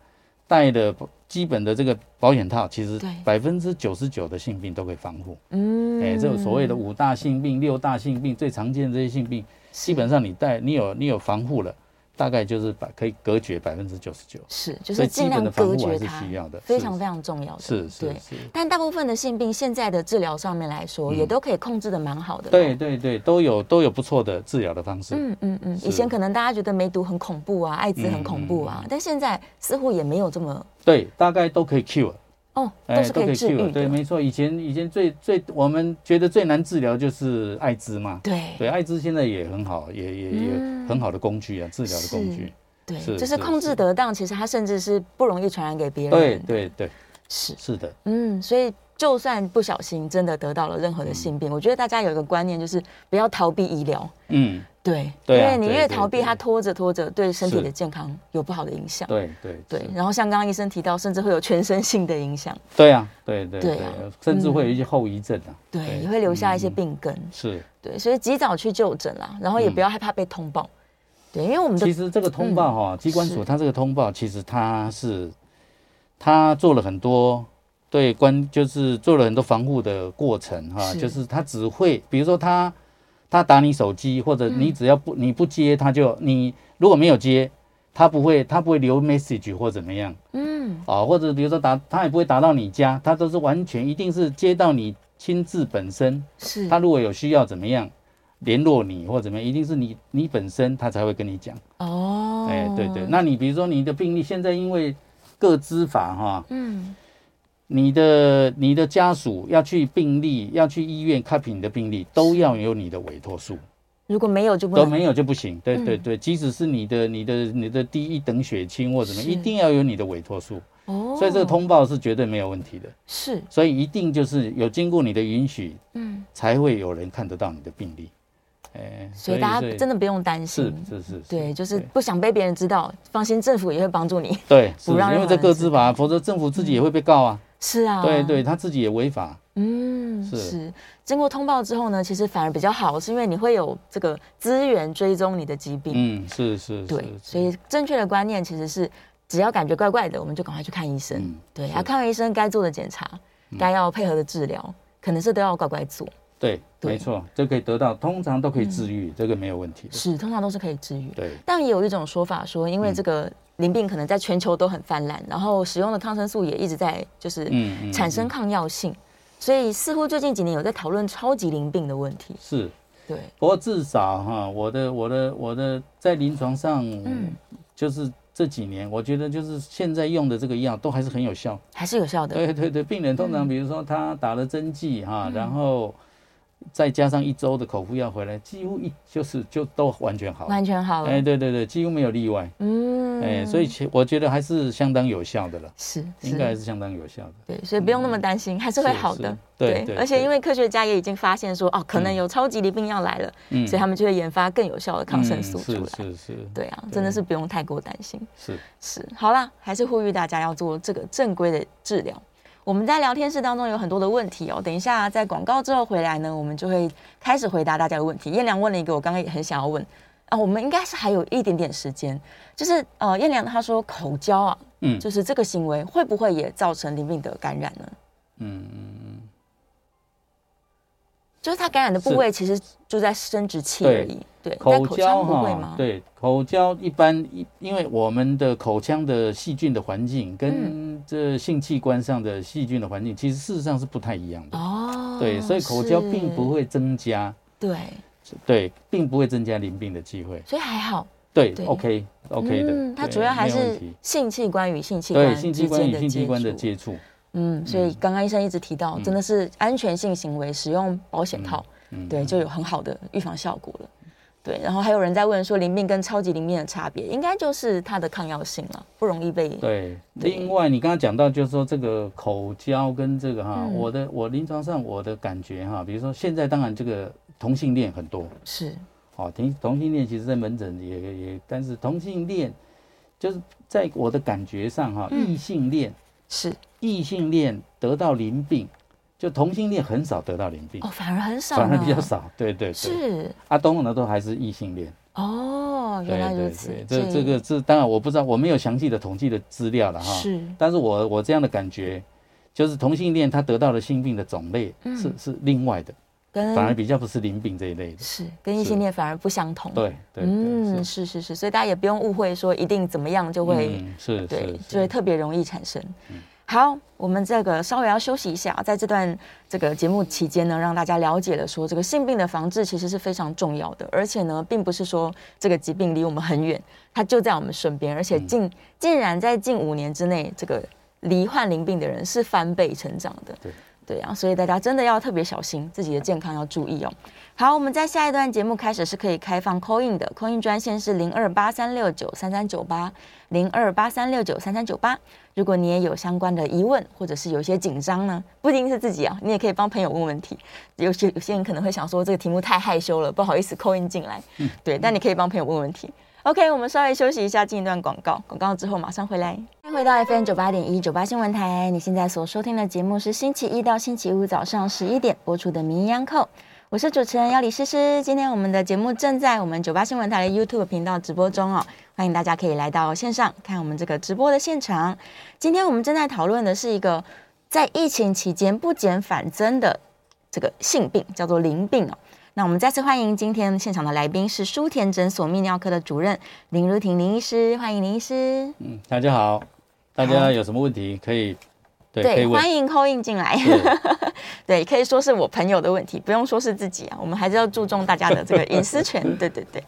Speaker 3: 戴的基本的这个保险套，其实
Speaker 2: 对
Speaker 3: 百分之九十九的性病都可以防护。
Speaker 2: 嗯，
Speaker 3: 哎、这种所谓的五大性病、六大性病，最常见的这些性病，基本上你带你有你有防护了，大概就是把可以隔绝百分之九十九。
Speaker 2: 是，就是
Speaker 3: 所以基
Speaker 2: 尽
Speaker 3: 本
Speaker 2: 量
Speaker 3: 的防
Speaker 2: 隔
Speaker 3: 护
Speaker 2: 绝
Speaker 3: 还是
Speaker 2: 它，
Speaker 3: 需要的
Speaker 2: 非
Speaker 3: 是
Speaker 2: 常
Speaker 3: 是
Speaker 2: 非常重要的，
Speaker 3: 是是
Speaker 2: 对。
Speaker 3: 是，
Speaker 2: 但大部分的性病现在的治疗上面来说，也都可以控制的蛮好的。
Speaker 3: 嗯对，对对，都有都有不错的治疗的方式。
Speaker 2: 嗯嗯嗯，以
Speaker 3: 是嗯
Speaker 2: 前可能大家觉得梅毒很恐怖啊，艾滋很恐怖啊，但现在似乎也没有这么
Speaker 3: 对，大概都可以 cure，
Speaker 2: 哦，
Speaker 3: 哎、
Speaker 2: 都是可以治
Speaker 3: cure。
Speaker 2: 愈
Speaker 3: 对，
Speaker 2: 的。
Speaker 3: 没错，以前以前最最我们觉得最难治疗就是艾滋嘛。
Speaker 2: 对
Speaker 3: 对，艾滋现在也很好，也也也
Speaker 2: 嗯
Speaker 3: 很好的工具啊，治疗的工
Speaker 2: 是
Speaker 3: 具。
Speaker 2: 对，
Speaker 3: 是
Speaker 2: 就是
Speaker 3: 是
Speaker 2: 控制
Speaker 3: 是
Speaker 2: 得当，其实它甚至是不容易传染给别人。
Speaker 3: 对，对对，
Speaker 2: 是
Speaker 3: 是的，
Speaker 2: 嗯，所以就算不小心真的得到了任
Speaker 3: 嗯
Speaker 2: 何的性病，我觉得大家有一个观念就是不要逃避医疗。
Speaker 3: 嗯，
Speaker 2: 对，
Speaker 3: 对
Speaker 2: 因
Speaker 3: 啊
Speaker 2: 为你
Speaker 3: 对
Speaker 2: 越
Speaker 3: 对
Speaker 2: 逃避，
Speaker 3: 对
Speaker 2: 它拖着拖着，对身体
Speaker 3: 是
Speaker 2: 的健康有不好的影响。
Speaker 3: 对对
Speaker 2: 对
Speaker 3: 是，
Speaker 2: 然后像刚刚医生提到，甚至会有全身性的影响，
Speaker 3: 对啊，对对
Speaker 2: 对
Speaker 3: 对
Speaker 2: 啊
Speaker 3: 甚至会有一些后遗症啊。
Speaker 2: 对，也会留下一些
Speaker 3: 嗯
Speaker 2: 病根，
Speaker 3: 是，
Speaker 2: 对，所以及早去就诊啦，然后也不要害怕被通报，对，因为我们
Speaker 3: 其
Speaker 2: 的
Speaker 3: 实这个通报哈、机关
Speaker 2: 嗯是
Speaker 3: 署它这个通报其实它是，它做了很多对关，就是做了很多防护的过程哈、
Speaker 2: 是
Speaker 3: 就是它只会，比如说它它打你手机，或者
Speaker 2: 嗯
Speaker 3: 你只要不、你不接，它就你如果没有接，它不会它不会留 message 或怎么样
Speaker 2: 嗯，
Speaker 3: 啊，或者比如说打它也不会打到你家，它都是完全一定是接到你亲自本身。
Speaker 2: 是
Speaker 3: 他如果有需要怎么样联络你或怎么样，一定是你你本身他才会跟你讲。
Speaker 2: 哦，
Speaker 3: 哎、对对，那你比如说你的病例，现在因为个资法哈、
Speaker 2: 嗯，
Speaker 3: 你的你的家属要去病例，要去医院 copy 你的病例，都要有你的委托书，
Speaker 2: 如果没有就不
Speaker 3: 都
Speaker 2: 能
Speaker 3: 没有就不行。对
Speaker 2: 嗯
Speaker 3: 对对，即使是你的你的你的第一等血清或怎么，
Speaker 2: 是
Speaker 3: 一定要有你的委托书，
Speaker 2: 哦，
Speaker 3: 所以这个通报是绝对没有问题的。
Speaker 2: 是
Speaker 3: 所以一定就是有经过你的允许，
Speaker 2: 嗯，
Speaker 3: 才会有人看得到你的病例。哎、
Speaker 2: 所以大
Speaker 3: 所
Speaker 2: 家
Speaker 3: 以
Speaker 2: 真的不用担
Speaker 3: 是
Speaker 2: 心，
Speaker 3: 是是，
Speaker 2: 对，就是不想被别人知道，放心，政府也会帮助你。 <laughs>
Speaker 3: 对，是
Speaker 2: 不让任
Speaker 3: 因
Speaker 2: 何
Speaker 3: 为这
Speaker 2: 人
Speaker 3: 个
Speaker 2: 知
Speaker 3: 知法，否则政府自己也会被告啊。
Speaker 2: 是啊，
Speaker 3: 对对，，他自己也违法。
Speaker 2: 嗯，
Speaker 3: 是
Speaker 2: 是。经过通报之后呢，其实反而比较好，是因为你会有这个资源追踪你的疾病。
Speaker 3: 嗯，是是是
Speaker 2: 对，，所以正确的观念其实是，只要感觉怪怪的，我们就赶快去看医生。
Speaker 3: 嗯
Speaker 2: 对，
Speaker 3: 是嗯
Speaker 2: 啊，看完医生该做的检查，该要配合的治疗，可能是都要乖乖做。
Speaker 3: 对，
Speaker 2: 对嗯
Speaker 3: 没错，这可以得到，通常都可以治愈，这个没有问题的。
Speaker 2: 是，通常都是可以治愈。
Speaker 3: 对，
Speaker 2: 但也有一种说法说，因为
Speaker 3: 嗯
Speaker 2: 这个淋病可能在全球都很泛滥，然后使用的抗生素也一直在就是
Speaker 3: 嗯嗯
Speaker 2: 产生抗药性，所以似乎最近几年有在讨论超级淋病的问题。
Speaker 3: 是。
Speaker 2: 对，
Speaker 3: 不过至少哈，我的我的我的在临床上，
Speaker 2: 嗯
Speaker 3: 就是这几年，我觉得就是现在用的这个药都还是很有效。
Speaker 2: 还是有效的。嗯
Speaker 3: 对对对，病人通常比如说他打了针剂哈，然后再加上一周的口服药回来，几乎一就是就都完全好了。
Speaker 2: 完全好了。
Speaker 3: 哎，对对对，几乎没有例外。
Speaker 2: 嗯，
Speaker 3: 哎，所以其我觉得还是相当有效的了，
Speaker 2: 是
Speaker 3: 应该还
Speaker 2: 是
Speaker 3: 是相当有效的。
Speaker 2: 对，所以不用那么担心，还是会好的
Speaker 3: 是。对对
Speaker 2: 而且
Speaker 3: 对
Speaker 2: 因为科学家也已经发现说，哦，可能有超级淋病要来了，
Speaker 3: 嗯
Speaker 2: 所以他们就会研发更有效的抗生素
Speaker 3: 嗯
Speaker 2: 出来。
Speaker 3: 是是是，
Speaker 2: 对啊，真的是不用太过担心。
Speaker 3: 是
Speaker 2: 是，好啦，还是呼吁大家要做这个正规的治疗。我们在聊天室当中有很多的问题哦。等一下在广告之后回来呢，我们就会开始回答大家的问题。燕良问了一个我刚刚也很想要问啊，我们应该是还有一点点时间，就是呃，燕良他说口交啊，
Speaker 3: 嗯
Speaker 2: 就是这个行为会不会也造成淋病的感染呢？
Speaker 3: 嗯嗯嗯，
Speaker 2: 就是它感染的部位其实就在生殖器而已，对，那
Speaker 3: 口
Speaker 2: 口
Speaker 3: 交
Speaker 2: 腔不会
Speaker 3: 哈
Speaker 2: 吗，？
Speaker 3: 对，口交一般一，因为我们的口腔的细菌的环境
Speaker 2: 嗯
Speaker 3: 跟这性器官上的细菌的环境，其实事实上是不太一样的。
Speaker 2: 哦，
Speaker 3: 对，所以口交并不
Speaker 2: 是，
Speaker 3: 会增加，
Speaker 2: 对，
Speaker 3: 对，并不会增加淋病的机会。
Speaker 2: 所以还好
Speaker 3: 对
Speaker 2: 对
Speaker 3: o k OK 的。
Speaker 2: 嗯，它
Speaker 3: 对
Speaker 2: 主要还
Speaker 3: 没有问
Speaker 2: 是
Speaker 3: 题
Speaker 2: 性器官与性器
Speaker 3: 对
Speaker 2: 官
Speaker 3: 性器
Speaker 2: 之
Speaker 3: 官
Speaker 2: 间
Speaker 3: 与性器官的
Speaker 2: 接触，
Speaker 3: 接触，
Speaker 2: 嗯，所以刚刚医生一直提到，
Speaker 3: 嗯
Speaker 2: 真的是安全性行为使用保险套，
Speaker 3: 嗯，
Speaker 2: 对，就有很好的预防效果了。对，然后还有人在问说，淋病跟超级淋病的差别，应该就是它的抗药性了，不容易被
Speaker 3: 对，
Speaker 2: 对
Speaker 3: 另外你刚刚讲到，就是说这个口交跟这个哈，
Speaker 2: 嗯
Speaker 3: 我的我临床上我的感觉哈，比如说现在当然这个同性恋很多，
Speaker 2: 是
Speaker 3: 哦，同同性恋其实在门诊也也，但是同性恋就是在我的感觉上哈，
Speaker 2: 嗯
Speaker 3: 异性恋
Speaker 2: 是
Speaker 3: 异性恋得到淋病，就同性恋很少得到淋病
Speaker 2: 哦，，反而很少呢，
Speaker 3: 反而比较少，对对对，
Speaker 2: 是
Speaker 3: 啊，通常呢都还是异性恋。
Speaker 2: 哦，原来如此，
Speaker 3: 这
Speaker 2: 所以
Speaker 3: 这个啊这当然我不知道，我没有详细的统计的资料了哈。
Speaker 2: 是
Speaker 3: 但是我我这样的感觉，就是同性恋他得到的性病的种类
Speaker 2: 嗯
Speaker 3: 是、是另外的，反而
Speaker 2: 跟
Speaker 3: 比较不是淋病这一类的。
Speaker 2: 是跟异性恋反而不相同。，
Speaker 3: 对对对，
Speaker 2: 嗯，
Speaker 3: 是
Speaker 2: 是是是，所以大家也不用误会说一定怎么样就会
Speaker 3: 嗯是
Speaker 2: 对
Speaker 3: 是，嗯
Speaker 2: 就会
Speaker 3: 是，
Speaker 2: 特别容易产生。好，我们这个稍微要休息一下，在这段这个节目期间呢，让大家了解了说，这个性病的防治其实是非常重要的，而且呢，并不是说这个疾病离我们很远，它就在我们身边，而且
Speaker 3: 嗯
Speaker 2: 竟、竟然在近五年之内，这个罹患淋病的人是翻倍成长的。
Speaker 3: 对
Speaker 2: 对啊，所以大家真的要特别小心自己的健康，要注意哦。好，我们在下一段节目开始是可以开放 call in 的，call in 专线是零二八三六九三三九八零二八三六九三三九八。如果你也有相关的疑问，或者是有一些紧张呢，不一定是自己啊，你也可以帮朋友问问题。有些有些人可能会想说这个题目太害羞了，不好意思 call in 进来，对，但你可以帮朋友问问题。OK，我们稍微休息一下，进一段广告，广告之后马上回来。欢迎回到 FM 九八点一九八新闻台，你现在所收听的节目是星期一到星期五早上十一点播出的《名医央叩》，我是主持人要李诗诗。今天我们的节目正在我们九八新闻台的 YouTube 频道直播中哦，欢迎大家可以来到线上看我们这个直播的现场。今天我们正在讨论的是一个在疫情期间不减反增的这个性病，叫做淋病哦。那我们再次欢迎今天现场的来宾是舒田诊所泌尿科的主任林如婷林医师，欢迎林医师。
Speaker 3: 嗯，大家好，大家有什么问题可以对可以
Speaker 2: 对，
Speaker 3: 问
Speaker 2: 欢。迎 call in 进来。
Speaker 3: 对
Speaker 2: <laughs> 对，可以说是我朋友的问题，不用说是自己啊，我们还是要注重大家的这个隐私权。对对对，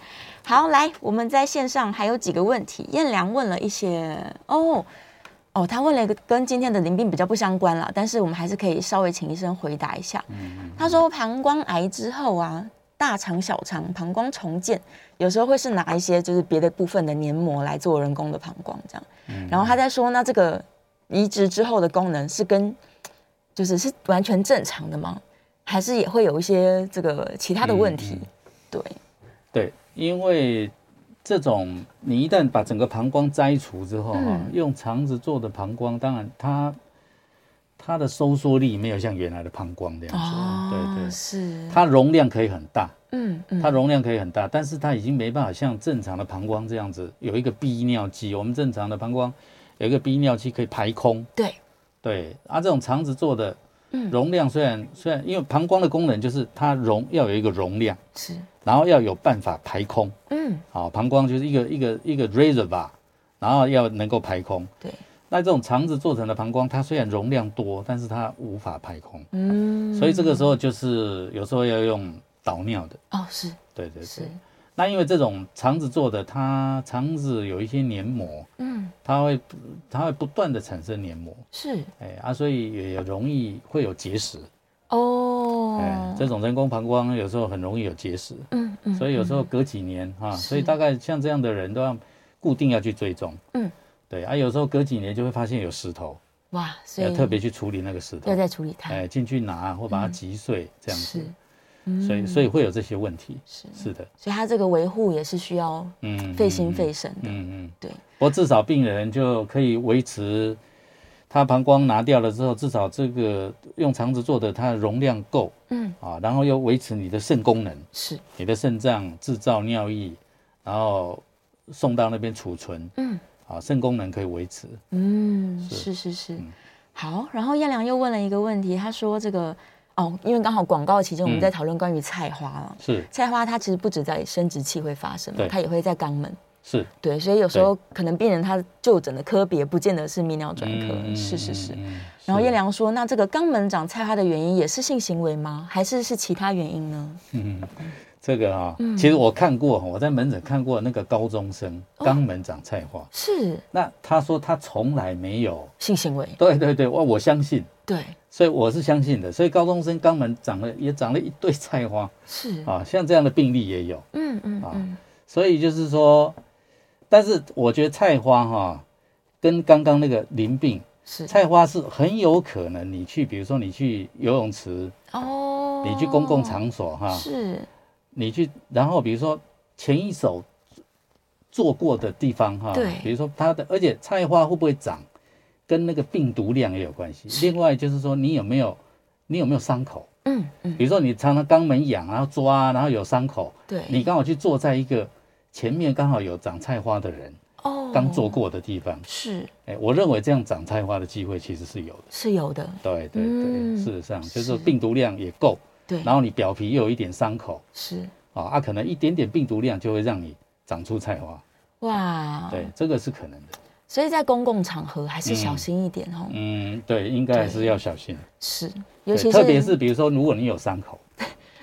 Speaker 2: 好，来，我们在线上还有几个问题，燕良问了一些哦。哦，他问了一个跟今天的淋病比较不相关啦，但是我们还是可以稍微请医生回答一下。
Speaker 3: 嗯
Speaker 2: 他说膀胱癌之后啊，大肠、小肠、膀胱重建，有时候会是拿一些就是别的部分的黏膜来做人工的膀胱这样。
Speaker 3: 嗯
Speaker 2: 然后他在说，那这个移植之后的功能是跟就是是完全正常的吗？还是也会有一些这个其他的问题？
Speaker 3: 嗯嗯
Speaker 2: 对，
Speaker 3: 对，因为这种你一旦把整个膀胱摘除之后哈、
Speaker 2: 嗯
Speaker 3: 用肠子做的膀胱，当然它它的收缩力没有像原来的膀胱那样子，
Speaker 2: 哦
Speaker 3: 对对，
Speaker 2: 是，
Speaker 3: 它容量可以很大，
Speaker 2: 嗯嗯，
Speaker 3: 它容量可以很大，但是它已经没办法像正常的膀胱这样子有一个泌尿肌。我们正常的膀胱有一个泌尿肌可以排空，
Speaker 2: 对
Speaker 3: 对，啊，这种肠子做的
Speaker 2: 嗯
Speaker 3: 容量虽然、虽然，因为膀胱的功能就是它容要有一个容量，
Speaker 2: 是，
Speaker 3: 然后要有办法排空。
Speaker 2: 嗯
Speaker 3: 好，膀胱就是一个一个一个 reservoir，然后要能够排空。
Speaker 2: 对，
Speaker 3: 那这种肠子做成的膀胱，它虽然容量多，但是它无法排空，
Speaker 2: 嗯，
Speaker 3: 所以这个时候就是有时候要用导尿的。
Speaker 2: 哦是
Speaker 3: 对对
Speaker 2: 是
Speaker 3: 对。，那因为这种肠子做的，它肠子有一些黏膜，
Speaker 2: 嗯
Speaker 3: 它会它会不断的产生黏膜，
Speaker 2: 是，
Speaker 3: 哎啊，所以也容易会有结石。哎
Speaker 2: 哦，，
Speaker 3: 这种人工膀胱有时候很容易有结石，
Speaker 2: 嗯嗯，
Speaker 3: 哎所以有时候
Speaker 2: 嗯
Speaker 3: 隔几年哈、啊，
Speaker 2: 是
Speaker 3: 所以大概像这样的人都要固定要去追踪。
Speaker 2: 嗯，
Speaker 3: 对啊，有时候隔几年就会发现有石头，
Speaker 2: 哇，所
Speaker 3: 要
Speaker 2: 以
Speaker 3: 特别去处理那个石头
Speaker 2: 要，再处理它，
Speaker 3: 哎，进去拿或把它击碎这样
Speaker 2: 嗯是嗯
Speaker 3: 子，，所以所以会有这些问题。
Speaker 2: 是，
Speaker 3: 是的，
Speaker 2: 所以它这个维护也是需要
Speaker 3: 嗯，
Speaker 2: 费心费神的，
Speaker 3: 嗯嗯，
Speaker 2: 对，
Speaker 3: 不过至少病人就可以维持它膀胱拿掉了之后，至少这个用肠子做的，它的容量够
Speaker 2: 嗯，
Speaker 3: 啊，然后又维持你的肾功能，
Speaker 2: 是，
Speaker 3: 你的肾脏制造尿液，然后送到那边储存
Speaker 2: 嗯
Speaker 3: 啊，肾功能可以维持。
Speaker 2: 嗯，是
Speaker 3: 是
Speaker 2: 是是
Speaker 3: 嗯。
Speaker 2: 好，然后燕良又问了一个问题，他说这个哦，因为刚好广告期间我们
Speaker 3: 嗯
Speaker 2: 在讨论关于菜花了。
Speaker 3: 是
Speaker 2: 菜花它其实不止在生殖器会发生嘛，
Speaker 3: 对
Speaker 2: 它也会在肛门。
Speaker 3: 是，
Speaker 2: 对，所以有时候可能病人他就诊的科别不见得是泌尿专科，
Speaker 3: 嗯
Speaker 2: 是是是。
Speaker 3: 嗯嗯
Speaker 2: 然后
Speaker 3: 是
Speaker 2: 叶良说，那这个肛门长菜花的原因也是性行为吗？还是是其他原因呢？
Speaker 3: 嗯这个啊、
Speaker 2: 嗯
Speaker 3: 其实我看过，我在门诊看过那个高中生
Speaker 2: 哦
Speaker 3: 肛门长菜花，
Speaker 2: 是
Speaker 3: 那他说他从来没有，
Speaker 2: 性行为，
Speaker 3: 对对对，我我相信，
Speaker 2: 对，
Speaker 3: 所以我是相信的，所以高中生肛门长了也长了一堆菜花
Speaker 2: 是，
Speaker 3: 啊，像这样的病例也有，
Speaker 2: 嗯嗯
Speaker 3: 啊
Speaker 2: 嗯，
Speaker 3: 所以就是说，但是我觉得菜花哈、跟刚刚那个淋病，
Speaker 2: 是
Speaker 3: 菜花是很有可能你去，比如说你去游泳池，
Speaker 2: 哦，
Speaker 3: 你去公共场啊所哈、
Speaker 2: 是
Speaker 3: 你去，然后比如说前一手做过的地方哈，
Speaker 2: 对
Speaker 3: 比如说它的，而且菜花会不会长，跟那个病毒量也有关系。另外就是说你有没有你有没有伤口，
Speaker 2: 嗯嗯，
Speaker 3: 比如说你常常肛门痒，然后抓，啊然后有伤口，
Speaker 2: 对，
Speaker 3: 你刚好去坐在一个前面刚好有长菜花的人
Speaker 2: 哦
Speaker 3: 刚做过的地方，
Speaker 2: 是
Speaker 3: 哎，我认为这样长菜花的机会其实是有的。
Speaker 2: 是有的，
Speaker 3: 对对对，
Speaker 2: 嗯
Speaker 3: 事实上就是
Speaker 2: 是
Speaker 3: 说病毒量也够，
Speaker 2: 对，
Speaker 3: 然后你表皮又有一点伤口。
Speaker 2: 是
Speaker 3: 啊，啊，可能一点点病毒量就会让你长出菜花，
Speaker 2: 哇，
Speaker 3: 对，，这个是可能的。
Speaker 2: 所以在公共场合还是小
Speaker 3: 嗯
Speaker 2: 心一点哦，
Speaker 3: 嗯，对，应该还是要小心，
Speaker 2: 是，尤
Speaker 3: 对，
Speaker 2: 其是
Speaker 3: 特别是比如说，如果你有伤口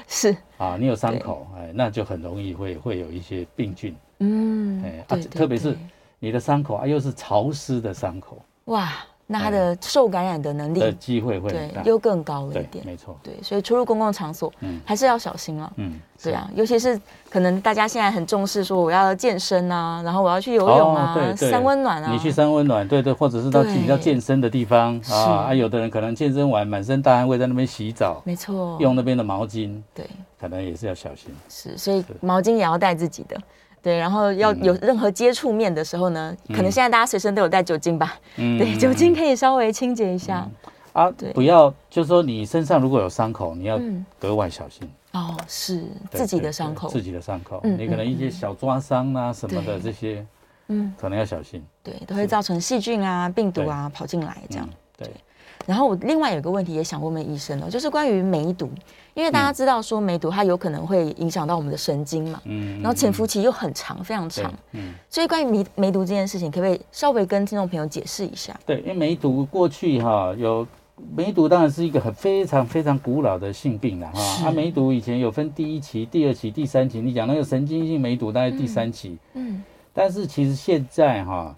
Speaker 2: 是，
Speaker 3: 啊，你有伤口，哎，那就很容易会会有一些病菌。
Speaker 2: 嗯，
Speaker 3: 哎啊
Speaker 2: 对
Speaker 3: 这
Speaker 2: 对
Speaker 3: 特别是
Speaker 2: 对
Speaker 3: 你的伤口啊，又是潮湿的伤口
Speaker 2: 哇，那它的受感染的能力
Speaker 3: 的机嗯会会很
Speaker 2: 对
Speaker 3: 大，
Speaker 2: 又更高了一
Speaker 3: 对，
Speaker 2: 点。
Speaker 3: 没错，
Speaker 2: 对，所以出入公共场所
Speaker 3: 嗯
Speaker 2: 还是要小心了。
Speaker 3: 嗯，
Speaker 2: 对啊，尤其是可能大家现在很重视说我要健身啊，然后我要去游泳啊，
Speaker 3: 哦对对
Speaker 2: 三温暖啊，
Speaker 3: 你去三温暖，对对，或者是到
Speaker 2: 对
Speaker 3: 比较健身的地方
Speaker 2: 是
Speaker 3: 啊，啊，有的人可能健身完满身大汗味，在那边洗澡，
Speaker 2: 没错，
Speaker 3: 用那边的毛巾，
Speaker 2: 对
Speaker 3: 可能也是要小心。
Speaker 2: 是，所以毛巾也要带自己的。对，然后
Speaker 3: 嗯
Speaker 2: 要有任何接触面的时候呢，可能现在大家随身都有带酒精吧？
Speaker 3: 嗯
Speaker 2: 对，酒精可以稍微清洁一下。
Speaker 3: 啊
Speaker 2: 对，
Speaker 3: 不要，就是说你身上如果有伤口，你要
Speaker 2: 嗯
Speaker 3: 格外小心。
Speaker 2: 哦，是
Speaker 3: 对
Speaker 2: 自己
Speaker 3: 对
Speaker 2: 的伤
Speaker 3: 对
Speaker 2: 口。
Speaker 3: 自己的伤口，
Speaker 2: 嗯
Speaker 3: 你可能一些小抓伤啊什么的
Speaker 2: 对
Speaker 3: 这些，
Speaker 2: 嗯，
Speaker 3: 可能要小心。
Speaker 2: 对，都会造成细菌啊、病毒啊跑进来这样
Speaker 3: 嗯。，对，
Speaker 2: 然后我另外有个问题也想问问医生哦，就是关于梅毒，因为大家知道说梅毒它有可能会影响到我们的神经嘛，
Speaker 3: 嗯，
Speaker 2: 然后潜伏期又很长，非常长
Speaker 3: 对，，嗯，
Speaker 2: 所以关于梅梅毒这件事情，可不可以稍微跟听众朋友解释一下？
Speaker 3: 对，因为梅毒过去哈有。梅毒当然是一个很非常非常古老的性病了
Speaker 2: 是
Speaker 3: 哈。啊，梅毒以前有分第一期、第二期、第三期。你讲那个神经性梅毒，大概第三期。
Speaker 2: 嗯，
Speaker 3: 但是其实现在哈、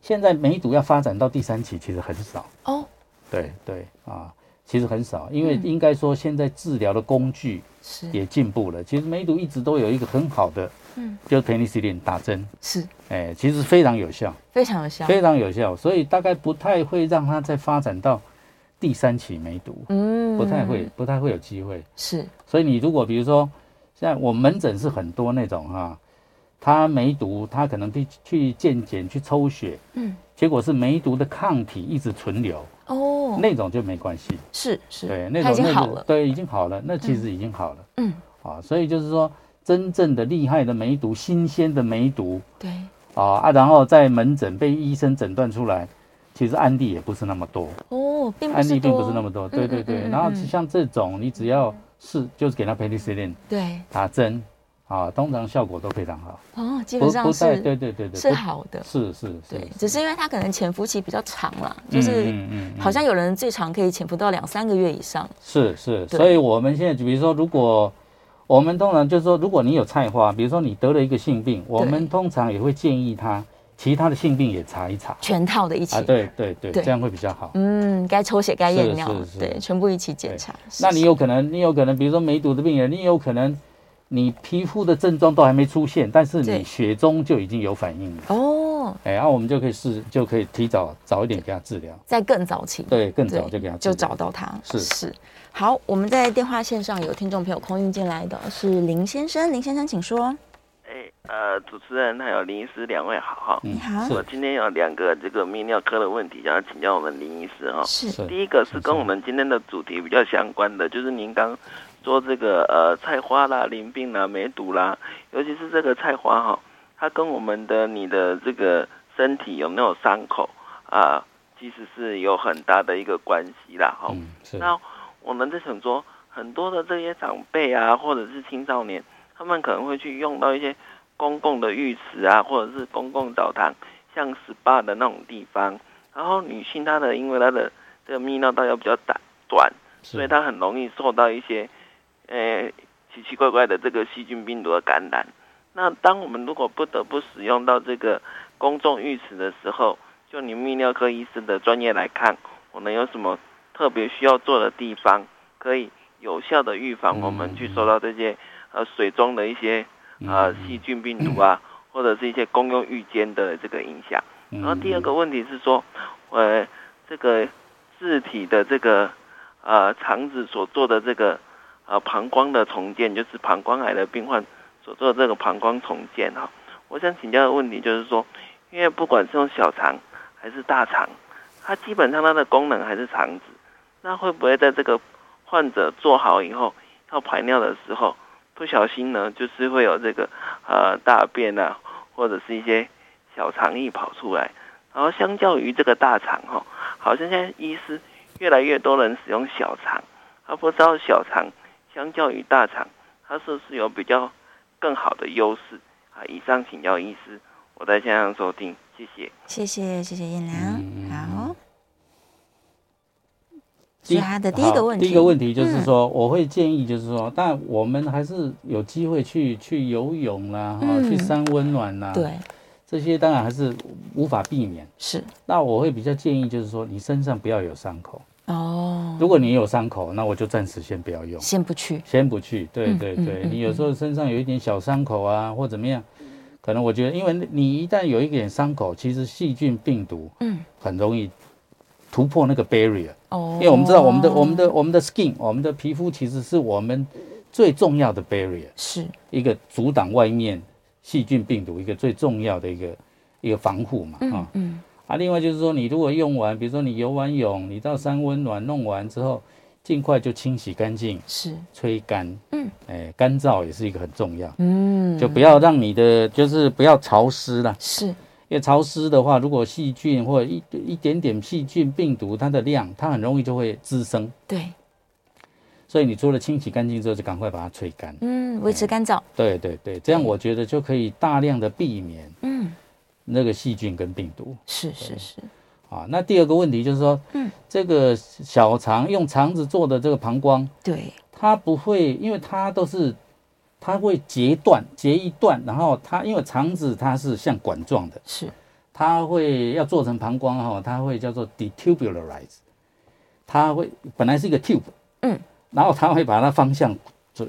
Speaker 3: 现在梅毒要发展到第三期其实很少。
Speaker 2: 哦，
Speaker 3: 对对啊，其实很少，因为
Speaker 2: 嗯
Speaker 3: 应该说现在治疗的工具
Speaker 2: 是
Speaker 3: 也进步了。其实梅毒一直都有一个很好的，
Speaker 2: 嗯，
Speaker 3: 就是 penicillin 打针，
Speaker 2: 是
Speaker 3: 哎，其实非常有效，
Speaker 2: 非常有效，
Speaker 3: 非常有效，所以大概不太会让它再发展到第三期梅毒，
Speaker 2: 嗯
Speaker 3: 不太会，不太会有机会。
Speaker 2: 是
Speaker 3: 所以你如果比如说，像我门诊是很多那种哈、他梅毒，他可能去去健检去抽血，
Speaker 2: 嗯，
Speaker 3: 结果是梅毒的抗体一直存留，
Speaker 2: 哦，
Speaker 3: 那种就没关系。
Speaker 2: 是是，
Speaker 3: 对，那
Speaker 2: 它
Speaker 3: 种
Speaker 2: 已经
Speaker 3: 那
Speaker 2: 好
Speaker 3: 种
Speaker 2: 了，
Speaker 3: 对，已经好了，那其实已经好了、
Speaker 2: 嗯，
Speaker 3: 啊。所以就是说，真正的厉害的梅毒，新鲜的梅毒
Speaker 2: 对，
Speaker 3: 啊啊，然后在门诊被医生诊断出来，其实案例也不是那么多，
Speaker 2: 哦，并不
Speaker 3: 案
Speaker 2: 是
Speaker 3: 例并不
Speaker 2: 多
Speaker 3: 是那么
Speaker 2: 嗯
Speaker 3: 多。对对
Speaker 2: 嗯
Speaker 3: 对，
Speaker 2: 嗯
Speaker 3: 然后
Speaker 2: 嗯
Speaker 3: 像这种，你只要是就是给他 penicillin
Speaker 2: 对，
Speaker 3: 打针啊，通常效果都非常好，
Speaker 2: 哦，基
Speaker 3: 基
Speaker 2: 本上
Speaker 3: 对
Speaker 2: 是
Speaker 3: 对对对对，
Speaker 2: 是
Speaker 3: 不
Speaker 2: 好的，
Speaker 3: 是是是
Speaker 2: 对，，只是因为它可能潜伏期比较长啦，就
Speaker 3: 嗯
Speaker 2: 是
Speaker 3: 嗯嗯嗯
Speaker 2: 好像有人最长可以潜伏到两三个月以上。
Speaker 3: 是是，
Speaker 2: 对
Speaker 3: 所以我们现在比如说，如果我们通常就是说，如果你有菜花，比如说你得了一个性病，我们通常也会建议他其他的性病也查一查
Speaker 2: 全套的一起。
Speaker 3: 啊，对对对，
Speaker 2: 对
Speaker 3: 这样会比较好。
Speaker 2: 嗯，该抽血该验
Speaker 3: 是
Speaker 2: 尿
Speaker 3: 是，是
Speaker 2: 对，全部一起检查。是
Speaker 3: 那你有可能，你有可能，比如说梅毒的病人，你有可能你皮肤的症状都还没出现，但是
Speaker 2: 对
Speaker 3: 你血中就已经有反应了，
Speaker 2: 哦，
Speaker 3: 哎，然、后我们就可以试，就可以提早早一点给他治疗，
Speaker 2: 在更早期，
Speaker 3: 对，更
Speaker 2: 对，
Speaker 3: 早就给他治
Speaker 2: 就
Speaker 3: 疗
Speaker 2: 找到他。
Speaker 3: 是
Speaker 2: 是。好，我们在电话线上有听众朋友空运进来的是林先生，林先生请说。
Speaker 4: 哎，呃，主持人还有林医师两位好哈。
Speaker 3: 嗯
Speaker 2: 你好
Speaker 4: 我
Speaker 3: 是
Speaker 4: 今天有两个这个泌尿科的问题，想要请教我们林医师哈。
Speaker 2: 是
Speaker 3: 是
Speaker 4: 第一个是跟我们今天的主题比较相关的，就是您刚说这个呃菜花啦、淋病啦、梅毒啦，尤其是这个菜花哈，它跟我们的你的这个身体有没有伤口啊、其实是有很大的一个关系啦哈。
Speaker 3: 嗯是
Speaker 4: 那我们在想说，很多的这些长辈啊，或者是青少年，他们可能会去用到一些公共的浴池啊，或者是公共澡堂，像 SPA 的那种地方。然后女性她的，因为她的这个泌尿道要比较短短，所以
Speaker 3: 是
Speaker 4: 她很容易受到一些，呃，奇奇怪怪的这个细菌病毒的啊感染。那当我们如果不得不使用到这个公众浴池的时候，就你泌尿科医师的专业来看，我们有什么特别需要做的地方，可以有效的预防
Speaker 3: 嗯
Speaker 4: 我们去受到这些呃水中的一些呃
Speaker 3: 嗯
Speaker 4: 细菌病毒啊，或者是一些公用浴间的这个影响。
Speaker 3: 嗯
Speaker 4: 然后第二个问题是说，呃，这个自体的这个呃肠子所做的这个呃膀胱的重建，就是膀胱癌的病患所做的这个膀胱重建哈、我想请教的问题就是说，因为不管是用小肠还是大肠，它基本上它的功能还是肠子，那会不会在这个患者做好以后要排尿的时候，不小心呢，就是会有这个呃大便啊，或者是一些小肠液跑出来。然后相较于这个大肠哈、好像现在医师越来越多人使用小肠，而不知道小肠相较于大肠，它是不是有比较更好的优势啊？以上请教医师，我在线上收听，谢谢。
Speaker 2: 谢谢谢谢燕良
Speaker 3: 嗯嗯，嗯
Speaker 2: 好，
Speaker 3: 第
Speaker 2: 所以他的第一个
Speaker 3: 好
Speaker 2: 问题，嗯
Speaker 3: 第一个问题就是说，我会建议就是说，但我们还是有机会去去游泳啦，哈、
Speaker 2: 嗯
Speaker 3: 去山温暖啦，，
Speaker 2: 对，
Speaker 3: 这些当然还是无法避免。
Speaker 2: 是
Speaker 3: 那我会比较建议就是说，你身上不要有伤口。
Speaker 2: 哦，
Speaker 3: 如果你有伤口，那我就暂时先不要用，
Speaker 2: 先不去，
Speaker 3: 先不去。对
Speaker 2: 嗯
Speaker 3: 对
Speaker 2: 嗯
Speaker 3: 对，
Speaker 2: 嗯
Speaker 3: 你有时候身上有一点小伤口啊，或怎么样，可能我觉得，因为你一旦有一点伤口，其实细菌病毒
Speaker 2: 嗯，
Speaker 3: 很容易突破那个 barrier。
Speaker 2: 哦，
Speaker 3: 因为我们知道我们的、我们的、我们的 skin，我们的皮肤其实是我们最重要的 barrier，
Speaker 2: 是
Speaker 3: 一个阻挡外面细菌病毒一个最重要的一个一个防护嘛，啊、
Speaker 2: 嗯嗯
Speaker 3: 啊，另外就是说，你如果用完，比如说你游完泳，你到山温暖弄完之后，尽快就清洗干净，
Speaker 2: 是
Speaker 3: 吹干，
Speaker 2: 嗯，
Speaker 3: 哎，干燥也是一个很重要，
Speaker 2: 嗯，
Speaker 3: 就不要让你的就是不要潮湿啦，
Speaker 2: 是
Speaker 3: 因为潮湿的话，如果细菌或者一一点点细菌病毒它的量，它很容易就会滋生。
Speaker 2: 对，
Speaker 3: 所以你除了清洗干净之后，就赶快把它吹干。
Speaker 2: 嗯，维持干燥，
Speaker 3: 对对对，这样我觉得就可以大量的避免
Speaker 2: 嗯，
Speaker 3: 那个细菌跟病毒
Speaker 2: 是是是，
Speaker 3: 啊。那第二个问题就是说，
Speaker 2: 嗯，
Speaker 3: 这个小肠用肠子做的这个膀胱，
Speaker 2: 对，
Speaker 3: 它不会，因为它都是它会截断截一段，然后它因为肠子它是像管状的，
Speaker 2: 是
Speaker 3: 它会要做成膀胱哈、它会叫做 detubularize，它会本来是一个 tube，
Speaker 2: 嗯，
Speaker 3: 然后它会把它方向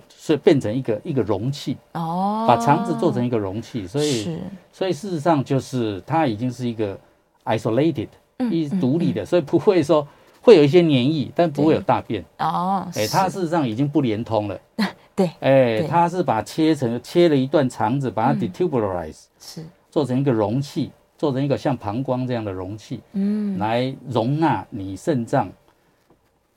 Speaker 3: 所以变成一个一个容器，
Speaker 2: 哦，
Speaker 3: 把肠子做成一个容器，所以
Speaker 2: 是
Speaker 3: 所以事实上就是它已经是一个 isolated，
Speaker 2: 嗯
Speaker 3: 一
Speaker 2: 嗯
Speaker 3: 独立的，所以不会说会有一些黏液，但不会有
Speaker 2: 对
Speaker 3: 大便。
Speaker 2: 哦，
Speaker 3: 哎，
Speaker 2: 是
Speaker 3: 它事实上已经不连通了。
Speaker 2: <laughs> 对
Speaker 3: 哎
Speaker 2: 对，
Speaker 3: 它是把切成切了一段肠子，把它
Speaker 2: 嗯
Speaker 3: detubularize，
Speaker 2: 是
Speaker 3: 做成一个容器，做成一个像膀胱这样的容器，
Speaker 2: 嗯
Speaker 3: 来容纳你肾脏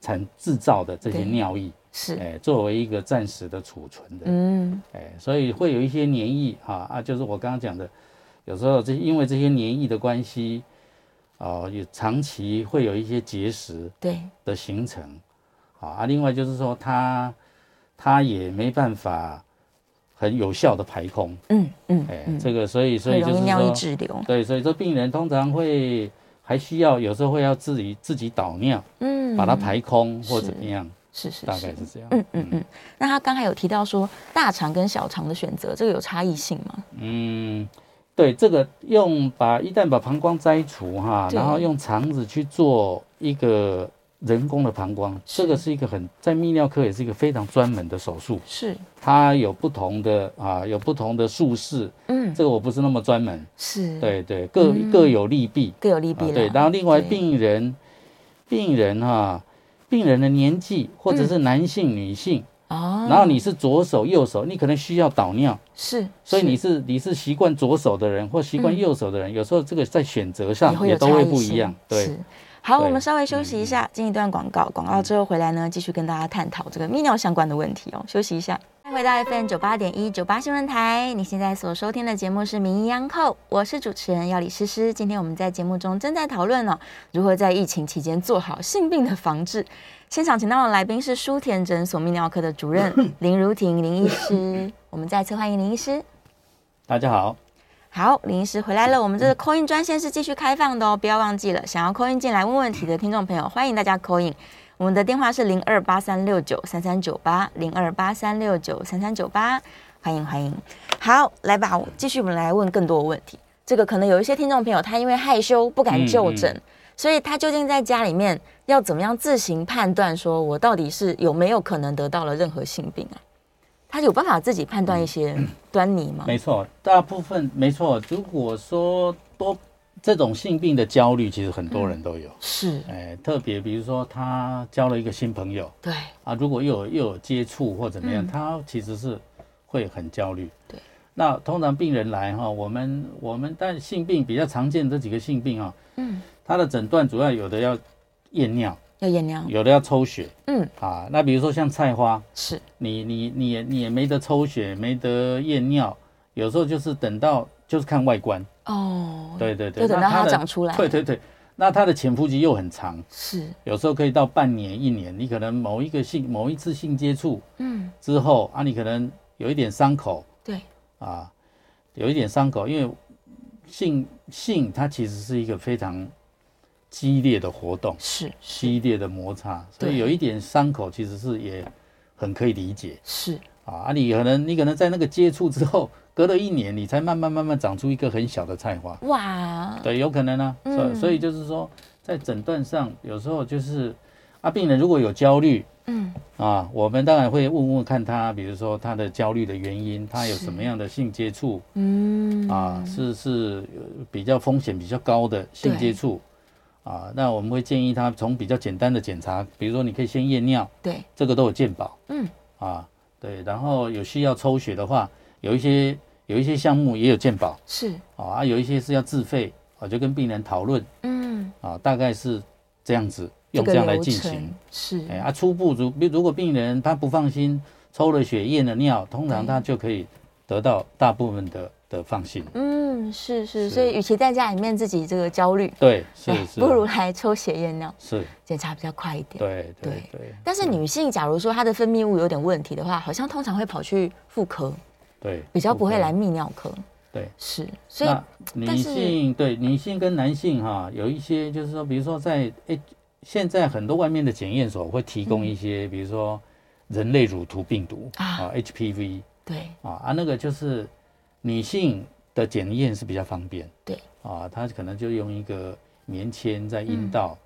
Speaker 3: 产制造的这些
Speaker 2: 对
Speaker 3: 尿液，
Speaker 2: 是
Speaker 3: 哎，作为一个暂时的储存的。
Speaker 2: 嗯
Speaker 3: 哎，所以会有一些黏液啊啊，就是我刚刚讲的，有时候这因为这些黏液的关系，啊，也长期会有一些结石
Speaker 2: 对
Speaker 3: 的形成，啊啊，另外就是说它它也没办法很有效的排空，
Speaker 2: 嗯嗯
Speaker 3: 哎，
Speaker 2: 嗯，
Speaker 3: 这个所以所
Speaker 2: 很
Speaker 3: 以就
Speaker 2: 容易
Speaker 3: 是
Speaker 2: 尿液
Speaker 3: 说，
Speaker 2: 滞留，
Speaker 3: 对，所以说病人通常会还需要有时候会要自己自己导尿，
Speaker 2: 嗯，
Speaker 3: 把它排空或
Speaker 2: 是
Speaker 3: 怎么样，
Speaker 2: 是是
Speaker 3: 大
Speaker 2: 是
Speaker 3: 概是这样，
Speaker 2: 嗯嗯嗯，那他刚才有提到说大肠跟小肠的选择，这个有差异性吗？
Speaker 3: 嗯，对，这个用把一旦把膀胱摘除哈，
Speaker 2: 对
Speaker 3: 然后用肠子去做一个人工的膀胱，这个是一个很在泌尿科也是一个非常专门的手术，
Speaker 2: 是，
Speaker 3: 它有不同的啊，有不同的术式，
Speaker 2: 嗯，
Speaker 3: 这个我不是那么专门，
Speaker 2: 是，，
Speaker 3: 对对，各、各有利弊
Speaker 2: 各有利
Speaker 3: 啊
Speaker 2: 弊啦、
Speaker 3: 对，然后另外
Speaker 2: 对嗯
Speaker 3: 病人，病人哈、病人的年纪或者是男性、女性，
Speaker 2: 哦，
Speaker 3: 然后你是左手右手，你可能需要导尿，
Speaker 2: 是，
Speaker 3: 所以
Speaker 2: 是
Speaker 3: 你是你是习惯左手的人或习惯
Speaker 2: 嗯
Speaker 3: 右手的人，有时候这个在选择
Speaker 2: 也
Speaker 3: 上
Speaker 2: 会有
Speaker 3: 也都
Speaker 2: 差
Speaker 3: 会
Speaker 2: 异
Speaker 3: 不一
Speaker 2: 性
Speaker 3: 样。对
Speaker 2: 是，好，我
Speaker 3: 对
Speaker 2: 们稍微休息一下，进一段广告，广告之后回来呢，继续跟大家探讨这个泌尿相关的问题哦。休息一下。欢迎回到 FM 九八点一九八新闻台，你现在所收听的节目是《名医央叩》，我是主持人要李诗诗。今天我们在节目中正在讨论哦，如何在疫情期间做好性病的防治。现场请到的来宾是舒田诊所泌尿科的主任林如婷林医师，我们再次欢迎林医师。
Speaker 3: 大家好，
Speaker 2: 好，林医师回来了。我们
Speaker 3: 嗯
Speaker 2: 这个扣印专线是继续开放的哦，不要忘记了。想要扣印进来问问题的听众朋友，欢迎大家扣印。我们的电话是零二八三六九三三九八零二八三六九三三九八，欢迎欢迎。好，来吧，我继续我们来问更多的问题。这个可能有一些听众朋友他因为害羞不敢就诊，
Speaker 3: 嗯
Speaker 2: 所以他究竟在家里面要怎么样自行判断，说我到底是有没有可能得到了任何性病啊？他有办法自己判断一些端倪吗？
Speaker 3: 嗯没错，大部分没错。如果说多这种性病的焦虑，其实很
Speaker 2: 嗯
Speaker 3: 多人都有，
Speaker 2: 是，
Speaker 3: 哎，特别比如说他交了一个新朋友
Speaker 2: 对。
Speaker 3: 啊，如果又有又有接触或怎么样，
Speaker 2: 嗯
Speaker 3: 他其实是会很焦虑。
Speaker 2: 对。
Speaker 3: 那通常病人来哈，我们我们但性病比较常见这几个性病哈，
Speaker 2: 嗯，
Speaker 3: 它的诊断主要有的要验尿，
Speaker 2: 要验尿，
Speaker 3: 有的要抽血
Speaker 2: 嗯，
Speaker 3: 啊。那比如说像菜花，
Speaker 2: 是
Speaker 3: 你你你也你也没得抽血，没得验尿，有时候就是等到就是看外观，
Speaker 2: 哦，，
Speaker 3: 对对对，
Speaker 2: 就等到
Speaker 3: 那
Speaker 2: 它
Speaker 3: 的
Speaker 2: 长出来，
Speaker 3: 对对对，那它的潜伏期又很长，
Speaker 2: 是，
Speaker 3: 有时候可以到半年一年，你可能某一个性某一次性接触
Speaker 2: 嗯，
Speaker 3: 之后啊，你可能有一点伤口
Speaker 2: 对，
Speaker 3: 啊，有一点伤口，因为性性它其实是一个非常激烈的活动，
Speaker 2: 是
Speaker 3: 激烈的摩擦，所以
Speaker 2: 对
Speaker 3: 有一点伤口其实是也很可以理解。
Speaker 2: 是，
Speaker 3: 啊，你可能你可能在那个接触之后，隔了一年，你才慢慢慢慢长出一个很小的菜花，
Speaker 2: 哇，
Speaker 3: 对，有可能啊。所以、
Speaker 2: 嗯
Speaker 3: 所以就是说，在诊断上，有时候就是啊，病人如果有焦虑
Speaker 2: 嗯，
Speaker 3: 啊，我们当然会问问看他，比如说他的焦虑的原因，他有
Speaker 2: 是
Speaker 3: 什么样的性接触
Speaker 2: 嗯，
Speaker 3: 啊，是是呃比较风险比较高的性接
Speaker 2: 对
Speaker 3: 触啊，那我们会建议他从比较简单的检查，比如说你可以先验尿，
Speaker 2: 对，
Speaker 3: 这个都有健保。
Speaker 2: 嗯，
Speaker 3: 啊，对，然后有需要抽血的话，有一些有一些项目也有健保
Speaker 2: 是，
Speaker 3: 啊，啊有一些是要自费啊，就跟病人讨论
Speaker 2: 嗯，
Speaker 3: 啊，大概是这样子
Speaker 2: 这
Speaker 3: 用
Speaker 2: 个
Speaker 3: 这样来
Speaker 2: 流
Speaker 3: 进
Speaker 2: 程
Speaker 3: 行。
Speaker 2: 是
Speaker 3: 哎，啊，初步如如果病人他不放心，抽了血验了尿，通常
Speaker 2: 对
Speaker 3: 他就可以得到大部分的的放心。
Speaker 2: 嗯，是是，
Speaker 3: 是
Speaker 2: 所以与其在家里面自己这个焦虑，
Speaker 3: 对，是
Speaker 2: 哎
Speaker 3: 是
Speaker 2: <laughs> 不如来抽血验尿，
Speaker 3: 是，
Speaker 2: 检查比较快一点。
Speaker 3: 对对对
Speaker 2: 但是女性假如说她的分泌物有点问题的话，好像通常会跑去妇科，
Speaker 3: 对，
Speaker 2: 比较不会
Speaker 3: 对
Speaker 2: 来泌尿科。
Speaker 3: 对，
Speaker 2: 是，所以
Speaker 3: 那女
Speaker 2: 但是
Speaker 3: 性对女性跟男性哈、有一些就是说，比如说在诶，现在很多外面的检验所会提供一些，比如说人类乳突病毒
Speaker 2: 嗯啊
Speaker 3: ，HPV
Speaker 2: 对
Speaker 3: 啊啊，那个就是女性的检验是比较方便，
Speaker 2: 对嗯
Speaker 3: 啊，它可能就用一个棉签在阴道，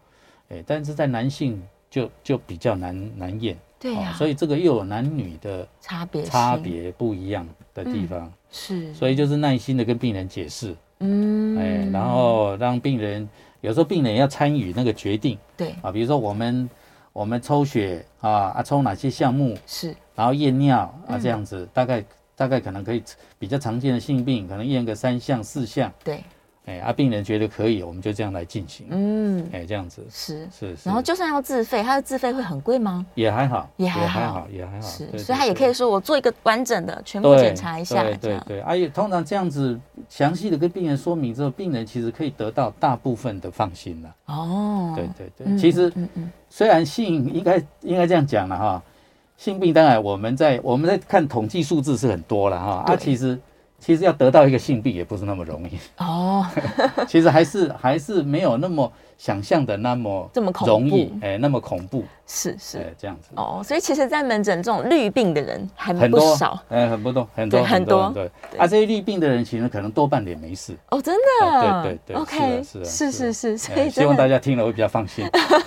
Speaker 3: 诶，但是在男性就就比较难难验，啊
Speaker 2: 对呀，
Speaker 3: 哦所以这个又有男女的
Speaker 2: 差别
Speaker 3: 差
Speaker 2: 性
Speaker 3: 别不一样的地
Speaker 2: 嗯
Speaker 3: 方，
Speaker 2: 是，
Speaker 3: 所以就是耐心的跟病人解释。
Speaker 2: 嗯，
Speaker 3: 哎，然后让病人有时候病人也要参与那个决定
Speaker 2: 对，
Speaker 3: 啊，比如说我们我们抽血啊啊抽哪些项目，
Speaker 2: 是
Speaker 3: 然后验尿
Speaker 2: 嗯
Speaker 3: 啊这样子，大概大概可能可以比较常见的性病，可能验个三项四项，
Speaker 2: 对，
Speaker 3: 哎啊病人觉得可以，我们就这样来进行，
Speaker 2: 嗯，
Speaker 3: 哎这样子
Speaker 2: 是。
Speaker 3: 是是，
Speaker 2: 然后就算要自费，它的自费会很贵吗？
Speaker 3: 也还好，
Speaker 2: 也还
Speaker 3: 还
Speaker 2: 好
Speaker 3: 好，也还好，
Speaker 2: 是，
Speaker 3: 啊对
Speaker 2: 所以
Speaker 3: 对
Speaker 2: 他也
Speaker 3: 对
Speaker 2: 可以说我做一个完整的，全部
Speaker 3: 对
Speaker 2: 检查一下，
Speaker 3: 对
Speaker 2: 这
Speaker 3: 对
Speaker 2: 样
Speaker 3: 对，哎、也通常这样子详细的跟病人说明之后，病人其实可以得到大部分的放心了。
Speaker 2: 哦，
Speaker 3: 对对对，
Speaker 2: 嗯
Speaker 3: 其实
Speaker 2: 嗯嗯，
Speaker 3: 虽然性应该应该这样讲了哈，性病当然我们在我们在看统计数字是很多了哈，啊
Speaker 2: 对
Speaker 3: 其实其实要得到一个性病也不是那么容
Speaker 2: <laughs>
Speaker 3: 易，
Speaker 2: 哦，
Speaker 3: 其实还是还是没有那么想象的那么
Speaker 2: 这么恐
Speaker 3: 容易
Speaker 2: 怖，
Speaker 3: 哎、那么恐怖，
Speaker 2: 是
Speaker 3: 哎、
Speaker 2: 是，
Speaker 3: 这样子。
Speaker 2: 哦，所以其实，在门诊这种绿病的人还
Speaker 3: 很
Speaker 2: 不
Speaker 3: 多
Speaker 2: 少，
Speaker 3: 哎、很不多，很多，
Speaker 2: 对很多
Speaker 3: 对
Speaker 2: 对
Speaker 3: 啊，这些绿病的人其实可能多半也没事，
Speaker 2: 哦，真的，
Speaker 3: 哎对对对
Speaker 2: ，OK，
Speaker 3: 是啊是
Speaker 2: 是
Speaker 3: 啊
Speaker 2: 是是，
Speaker 3: 哎
Speaker 2: 所以
Speaker 3: 希
Speaker 2: 真
Speaker 3: 望大
Speaker 2: 的
Speaker 3: 家听了会比较放心。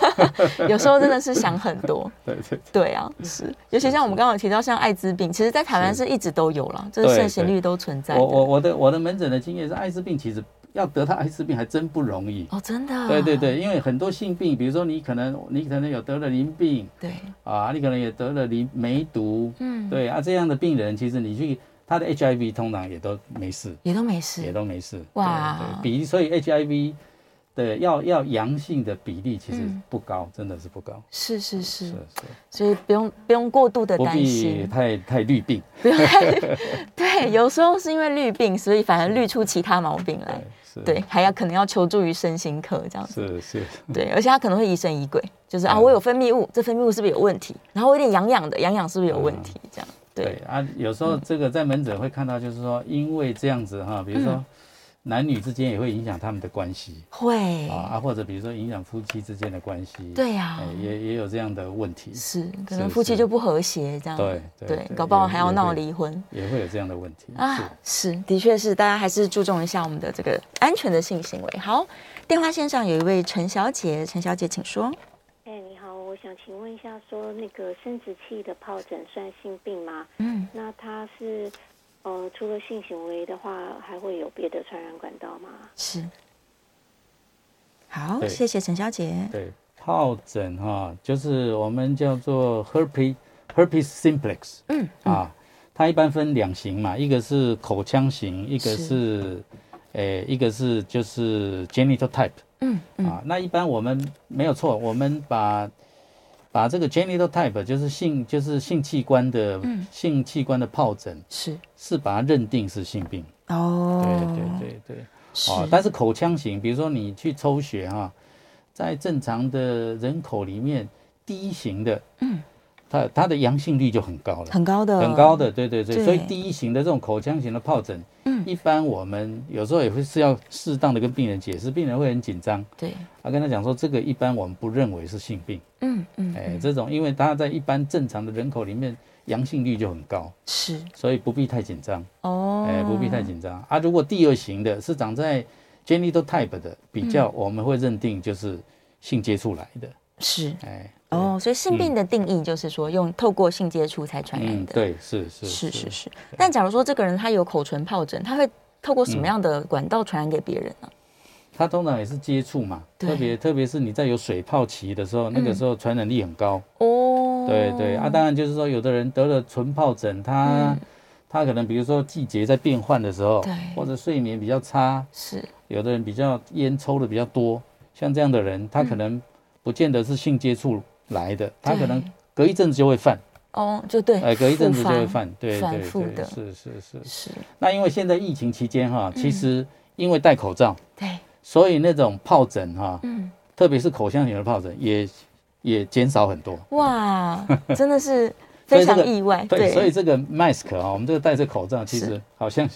Speaker 2: <laughs> 有时候真的是想很多， <laughs>
Speaker 3: 对对
Speaker 2: 对啊，是，尤其像我们刚刚有提到，像艾滋病，其实在台湾
Speaker 3: 是
Speaker 2: 是一直都有了，就是
Speaker 3: 对
Speaker 2: 盛行
Speaker 3: 对
Speaker 2: 率都存在
Speaker 3: 我我
Speaker 2: 的，
Speaker 3: 我的我的门诊的经验是，艾滋病其实要得到艾滋病还真不容易。
Speaker 2: 哦，真的，
Speaker 3: 对对对，因为很多性病，比如说你可能你可能有得了淋病
Speaker 2: 对，
Speaker 3: 啊，你可能也得了淋梅毒，
Speaker 2: 嗯，
Speaker 3: 对啊，这样的病人其实你去他的 HIV 通常也都没事，
Speaker 2: 也都没
Speaker 3: 也
Speaker 2: 事，
Speaker 3: 都没事。
Speaker 2: 哇
Speaker 3: 对对比所以 HIV 的要要阳性的比例其实
Speaker 2: 嗯
Speaker 3: 不高，真的是不高。
Speaker 2: 是是是
Speaker 3: 是，是，
Speaker 2: 所以不用嗯不用过度的
Speaker 3: 不
Speaker 2: 担
Speaker 3: 必
Speaker 2: 心，
Speaker 3: 太太绿病。
Speaker 2: 不用太对，有时候是因为绿病，所以反而绿出其他毛病来
Speaker 3: 对，，是，
Speaker 2: 对，还要可能要求助于身心科这样子，
Speaker 3: 是是，
Speaker 2: 对，而且他可能会疑神疑鬼，就是啊，
Speaker 3: 嗯
Speaker 2: 我有分泌物，这分泌物是不是有问题？然后我有点痒痒的，痒痒是不是有问题？这样，
Speaker 3: 对
Speaker 2: 对，嗯
Speaker 3: 啊。有时候这个在门诊会看到，就是说因为这样子哈，比如说
Speaker 2: 嗯
Speaker 3: 男女之间也会影响他们的关系
Speaker 2: 会
Speaker 3: 啊，，啊，或者比如说影响夫妻之间的关系，
Speaker 2: 对呀
Speaker 3: 哎，也也有这样的问题，
Speaker 2: 是，可
Speaker 3: 是
Speaker 2: 能夫妻
Speaker 3: 是
Speaker 2: 就不和谐这样，
Speaker 3: 对对
Speaker 2: 对，
Speaker 3: 对
Speaker 2: 搞不好
Speaker 3: 也
Speaker 2: 还要
Speaker 3: 也
Speaker 2: 闹
Speaker 3: 会
Speaker 2: 离婚。
Speaker 3: 也会有这样的问题是
Speaker 2: 啊，是，的确是，大家还是注重一下我们的这个安全的性行为。好，电话线上有一位陈小姐，陈小姐请说。
Speaker 5: 哎，你好，我想请问一下说，那个生殖器的疱疹算性病吗？
Speaker 2: 嗯，
Speaker 5: 那它是，呃，除了性行为的话，还会有别的传染管道吗？
Speaker 2: 是。好，
Speaker 3: 对
Speaker 2: 谢谢陈小姐。
Speaker 3: 对，疱疹哈、就是我们叫做 herpes herpes simplex
Speaker 2: 嗯，
Speaker 3: 啊，它一般分两型嘛，一个是口腔型，一个
Speaker 2: 是
Speaker 3: 是，诶、一个是就是 genital type
Speaker 2: 嗯嗯，
Speaker 3: 啊。那一般我们没有错，我们把把这个 genital type 就是性就是性器官的、
Speaker 2: 嗯
Speaker 3: 性器官的疱疹，
Speaker 2: 是。
Speaker 3: 是把它认定是性病。
Speaker 2: 哦，
Speaker 3: 对对对对。
Speaker 2: 是
Speaker 3: 哦，，但是口腔型，比如说你去抽血哈、在正常的人口里面，第一型的，
Speaker 2: 嗯，
Speaker 3: 它它的阳性率就很高了，
Speaker 2: 很高的，
Speaker 3: 很高的，对对对，
Speaker 2: 对
Speaker 3: 所以第一型的这种口腔型的疱疹，
Speaker 2: 嗯
Speaker 3: 一般我们有时候也会是要适当的跟病人解释，病人会很紧张，
Speaker 2: 对，
Speaker 3: 啊，跟他讲说这个一般我们不认为是性病，
Speaker 2: 嗯嗯，
Speaker 3: 哎，
Speaker 2: 嗯
Speaker 3: 这种因为它在一般正常的人口里面阳性率就很高，
Speaker 2: 是
Speaker 3: 所以不必太紧张。
Speaker 2: 哦，
Speaker 3: 哎，不必太紧张啊。如果第二型的是长在 genital type 的，比
Speaker 2: 嗯
Speaker 3: 较我们会认定就是性接触来的，
Speaker 2: 是
Speaker 3: 哎，
Speaker 2: 哦，所以性病的定义就是说用透过性接触才传染
Speaker 3: 嗯，
Speaker 2: 的，，
Speaker 3: 对，是是
Speaker 2: 是是是。但假如说这个人他有口唇疱疹，他会透过什么样的管道传染给别人呢？
Speaker 3: 它通常也是接触嘛，
Speaker 2: 对
Speaker 3: 特别特别是你在有水泡期的时候，那个时候传染力很高，
Speaker 2: 哦，
Speaker 3: 对对啊。当然就是说，有的人得了唇疱疹，他、
Speaker 2: 嗯
Speaker 3: 他可能比如说季节在变换的时候
Speaker 2: 对，
Speaker 3: 或者睡眠比较差，
Speaker 2: 是
Speaker 3: 有的人比较烟抽的比较多，像这样的人，
Speaker 2: 嗯
Speaker 3: 他可能不见得是性接触来的，他可能
Speaker 2: 对
Speaker 3: 隔一阵子就会犯，
Speaker 2: 哦，就对，
Speaker 3: 哎，隔一阵子
Speaker 2: 复
Speaker 3: 就
Speaker 2: 发
Speaker 3: 会犯，对
Speaker 2: 反
Speaker 3: 对
Speaker 2: 复的
Speaker 3: 对，是是是。
Speaker 2: 是，
Speaker 3: 那因为现在疫情期间哈，
Speaker 2: 嗯
Speaker 3: 其实因为戴口罩，
Speaker 2: 对，
Speaker 3: 所以那种疱疹哈，
Speaker 2: 嗯，
Speaker 3: 特别是口腔型的疱疹也也减少很多。 <laughs>
Speaker 2: 哇，真的是非
Speaker 3: 所以这
Speaker 2: 常
Speaker 3: 个
Speaker 2: 意外，
Speaker 3: 对，所以这个 mask 啊，我们这个戴着口罩，其实
Speaker 2: 哎是好
Speaker 3: 好像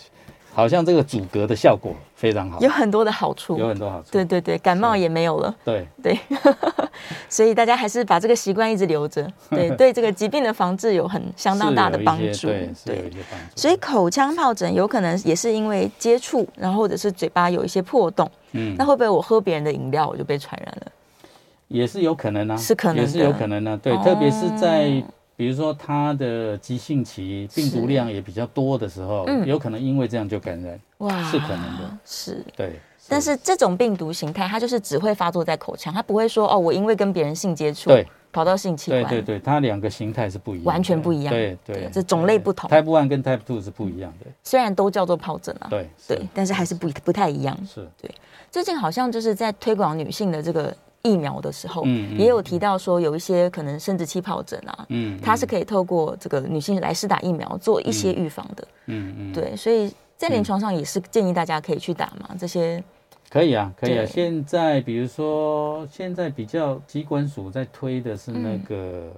Speaker 3: 好像这个阻隔的效果非常好，
Speaker 2: 有很多的好处，
Speaker 3: 有很多好处。
Speaker 2: 对对对，感冒
Speaker 3: 是
Speaker 2: 也没有了。
Speaker 3: 对
Speaker 2: 对， <laughs> 所以大家还是把这个习惯一直留
Speaker 3: <laughs>
Speaker 2: 着，对对，这个疾病的防治有很相当
Speaker 3: 是
Speaker 2: 大的
Speaker 3: 有一
Speaker 2: 帮
Speaker 3: 些
Speaker 2: 助，
Speaker 3: 对，是有一些帮助。
Speaker 2: 所以口腔疱疹有可能也是因为接触，然后或者是嘴巴有一些破洞，
Speaker 3: 嗯
Speaker 2: 那会不会我喝别人的饮料我就被传染了？
Speaker 3: 也是有可能啊，
Speaker 2: 是可能的
Speaker 3: 也是有可能啊。对，
Speaker 2: 哦
Speaker 3: 特别是在比如说它的急性期病毒量也比较多的时候，
Speaker 2: 嗯
Speaker 3: 有可能因为这样就感染。
Speaker 2: 哇
Speaker 3: 是可能的，
Speaker 2: 是。
Speaker 3: 对，
Speaker 2: 但是这种病毒形态，它就是只会发作在口腔，它不会说哦，我因为跟别人性接触，
Speaker 3: 对，
Speaker 2: 跑到性器官，
Speaker 3: 对对对，它两个形态是不一样的，
Speaker 2: 完全不一样
Speaker 3: 对
Speaker 2: 对
Speaker 3: 对，
Speaker 2: 这种类不同
Speaker 3: Type one 跟 Type two 是不一样的，
Speaker 2: 虽然都叫做疱疹啊，
Speaker 3: 对
Speaker 2: 对，但是还是不不太一样。
Speaker 3: 是
Speaker 2: 最近好像就是在推广女性的这个疫苗的时候，
Speaker 3: 嗯嗯
Speaker 2: 也有提到说有一些可能生殖器疱疹啊，
Speaker 3: 嗯，
Speaker 2: 它是
Speaker 3: 以
Speaker 2: 可以透过这个女性来施打疫苗做一些预防的。
Speaker 3: 嗯嗯
Speaker 2: 对，所以在临床上也是建议大家可以去打嘛，这些
Speaker 3: 可以啊可以
Speaker 2: 对
Speaker 3: 啊。现在比如说现在比较机关署在推的是那
Speaker 2: 嗯
Speaker 3: 个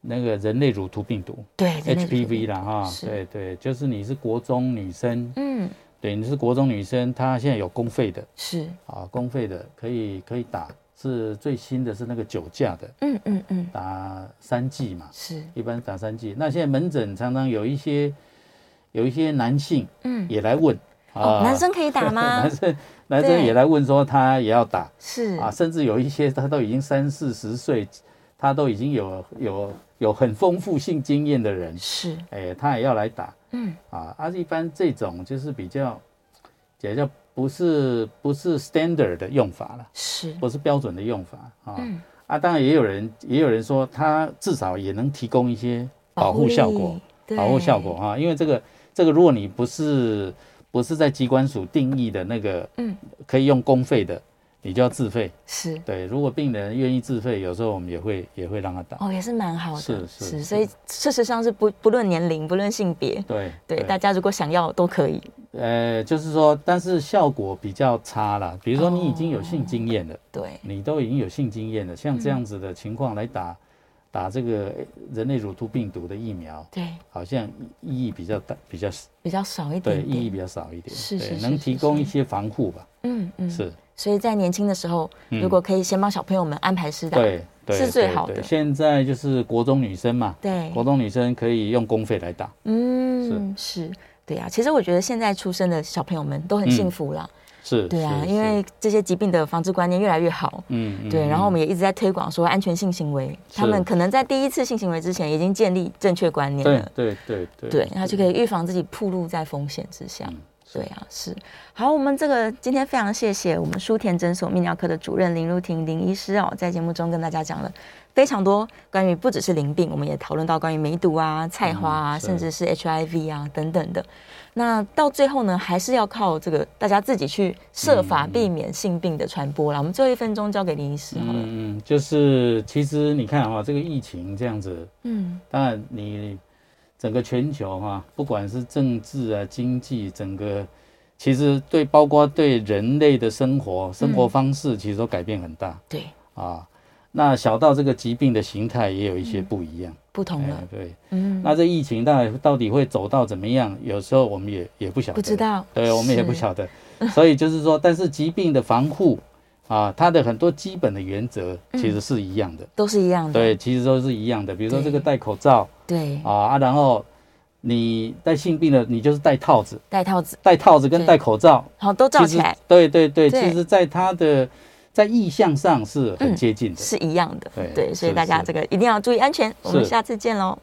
Speaker 3: 那个人类乳突病毒
Speaker 2: 对人类乳头
Speaker 3: HPV 啦哈，
Speaker 2: 是
Speaker 3: 对对，就是你是国中女生，
Speaker 2: 嗯，
Speaker 3: 对，你是国中女生，她现在有公费的
Speaker 2: 是，
Speaker 3: 啊，公费的可以可以打，是最新的是那个酒驾的，
Speaker 2: 嗯嗯嗯，
Speaker 3: 打三剂嘛，
Speaker 2: 是，
Speaker 3: 一般打三剂。那现在门诊常常有一些有一些男性
Speaker 2: 嗯，
Speaker 3: 也来问
Speaker 2: 哦，男生可以打吗
Speaker 3: <laughs> 男？生男生也来问说他也要打
Speaker 2: 是
Speaker 3: 啊，甚至有一些他都已经三四十岁，他都已经有有有很丰富性经验的人，
Speaker 2: 是，
Speaker 3: 哎，他也要来打
Speaker 2: 嗯，
Speaker 3: 啊。啊，一般这种就是比较也就不是不是 standard 的用法了，
Speaker 2: 是，
Speaker 3: 不是标准的用法啊。
Speaker 2: 嗯
Speaker 3: 啊，当然也有人也有人说，它至少也能提供一些保护效果
Speaker 2: 力，，对
Speaker 3: 保护效果，哈、因为这个这个，如果你不是不是在机关署定义的那个，
Speaker 2: 嗯，
Speaker 3: 可以用公费的，你就要自费。
Speaker 2: 是。
Speaker 3: 对，如果病人愿意自费，有时候我们也会也会让他打。
Speaker 2: 哦，也是蛮好的，
Speaker 3: 是是是
Speaker 2: 所以事实上是不不论年龄，不论性别，
Speaker 3: 对
Speaker 2: 对大家如果想要都可以，
Speaker 3: 呃，就是说，但是效果比较差啦。比如说，你已经有性经验了，
Speaker 2: 对，
Speaker 3: 你都已经有性经验了，像这样子的情况来
Speaker 2: 嗯
Speaker 3: 打、打这个呃人类乳突病毒的疫苗，
Speaker 2: 对，
Speaker 3: 好像意义比较大，比较
Speaker 2: 比较少一
Speaker 3: 对
Speaker 2: 点
Speaker 3: 意义
Speaker 2: 点，
Speaker 3: 比较少一点，
Speaker 2: 是是
Speaker 3: 对
Speaker 2: 是
Speaker 3: 能
Speaker 2: 是
Speaker 3: 提
Speaker 2: 是
Speaker 3: 供一些防护吧，
Speaker 2: 嗯嗯，
Speaker 3: 是，
Speaker 2: 所以在年轻的时候，
Speaker 3: 嗯
Speaker 2: 如果可以先帮小朋友们安排施打，
Speaker 3: 对对
Speaker 2: 是最
Speaker 3: 对
Speaker 2: 好
Speaker 3: 对
Speaker 2: 的
Speaker 3: 现在就是国中女生嘛，
Speaker 2: 对
Speaker 3: 国中女生可以用公费来打，
Speaker 2: 嗯，是。对啊，其实我觉得现在出生的小朋友们都很幸福啦。
Speaker 3: 嗯是，
Speaker 2: 对啊，
Speaker 3: 是
Speaker 2: 因为
Speaker 3: 是
Speaker 2: 这些疾病的防治观念越来越好。
Speaker 3: 嗯嗯
Speaker 2: 对，然后我
Speaker 3: 嗯
Speaker 2: 们也一直在推广说安全性行为，他
Speaker 3: 是
Speaker 2: 们可能在第一次性行为之前已经建立正确观念
Speaker 3: 对
Speaker 2: 了。
Speaker 3: 对对对
Speaker 2: 对，那就可以预防自己暴露在风险之下。
Speaker 3: 嗯
Speaker 2: 对啊，是好，我们这个今天非常谢谢我们舒田诊所泌尿科的主任林如婷林医师哦，在节目中跟大家讲了非常多关于不只是淋病，我们也讨论到关于梅毒啊、菜花啊，
Speaker 3: 嗯是
Speaker 2: 甚至是 HIV 啊等等的。那到最后呢，还是要靠这个大家自己去设法
Speaker 3: 嗯嗯
Speaker 2: 避免性病的传播啦。我们最后一分钟交给林医师好了。
Speaker 3: 嗯嗯，就是其实你看哈、这个疫情这样子，
Speaker 2: 嗯，
Speaker 3: 当然你整个全球哈、不管是政治啊、经济，整个其实对包括对人类的生活、生
Speaker 2: 嗯
Speaker 3: 活方式，其实都改变很大、
Speaker 2: 对，
Speaker 3: 啊。那小到这个疾病的形态也有一些不一样，哎
Speaker 2: 不同嗯了。
Speaker 3: 对。
Speaker 2: 嗯，
Speaker 3: 那这疫情到底到底会走到怎么样？有时候我们也也不晓得，
Speaker 2: 不知道。
Speaker 3: 哎对，我们也不
Speaker 2: 是
Speaker 3: 晓得。所以就是说，但是疾病的防护啊，它的很多基本的原则
Speaker 2: 嗯
Speaker 3: 其实是一样的。
Speaker 2: 都是一样的。
Speaker 3: 对，其实都是一样的。比如说这个
Speaker 2: 嗯对
Speaker 3: 戴口罩
Speaker 2: 对，
Speaker 3: 啊啊，然后你戴性病的，你就是戴套子，
Speaker 2: 戴套子，
Speaker 3: 戴套子
Speaker 2: 对
Speaker 3: 跟戴口罩
Speaker 2: 好都罩
Speaker 3: 其
Speaker 2: 起
Speaker 3: 实
Speaker 2: 来
Speaker 3: 对对对，
Speaker 2: 对
Speaker 3: 其实在它的在意向上是很
Speaker 2: 嗯
Speaker 3: 接近的。
Speaker 2: 是一样的。
Speaker 3: 对
Speaker 2: 对，所以
Speaker 3: 是
Speaker 2: 大家
Speaker 3: 是
Speaker 2: 这个一定要注意安全。我们
Speaker 3: 是
Speaker 2: 下次见喽，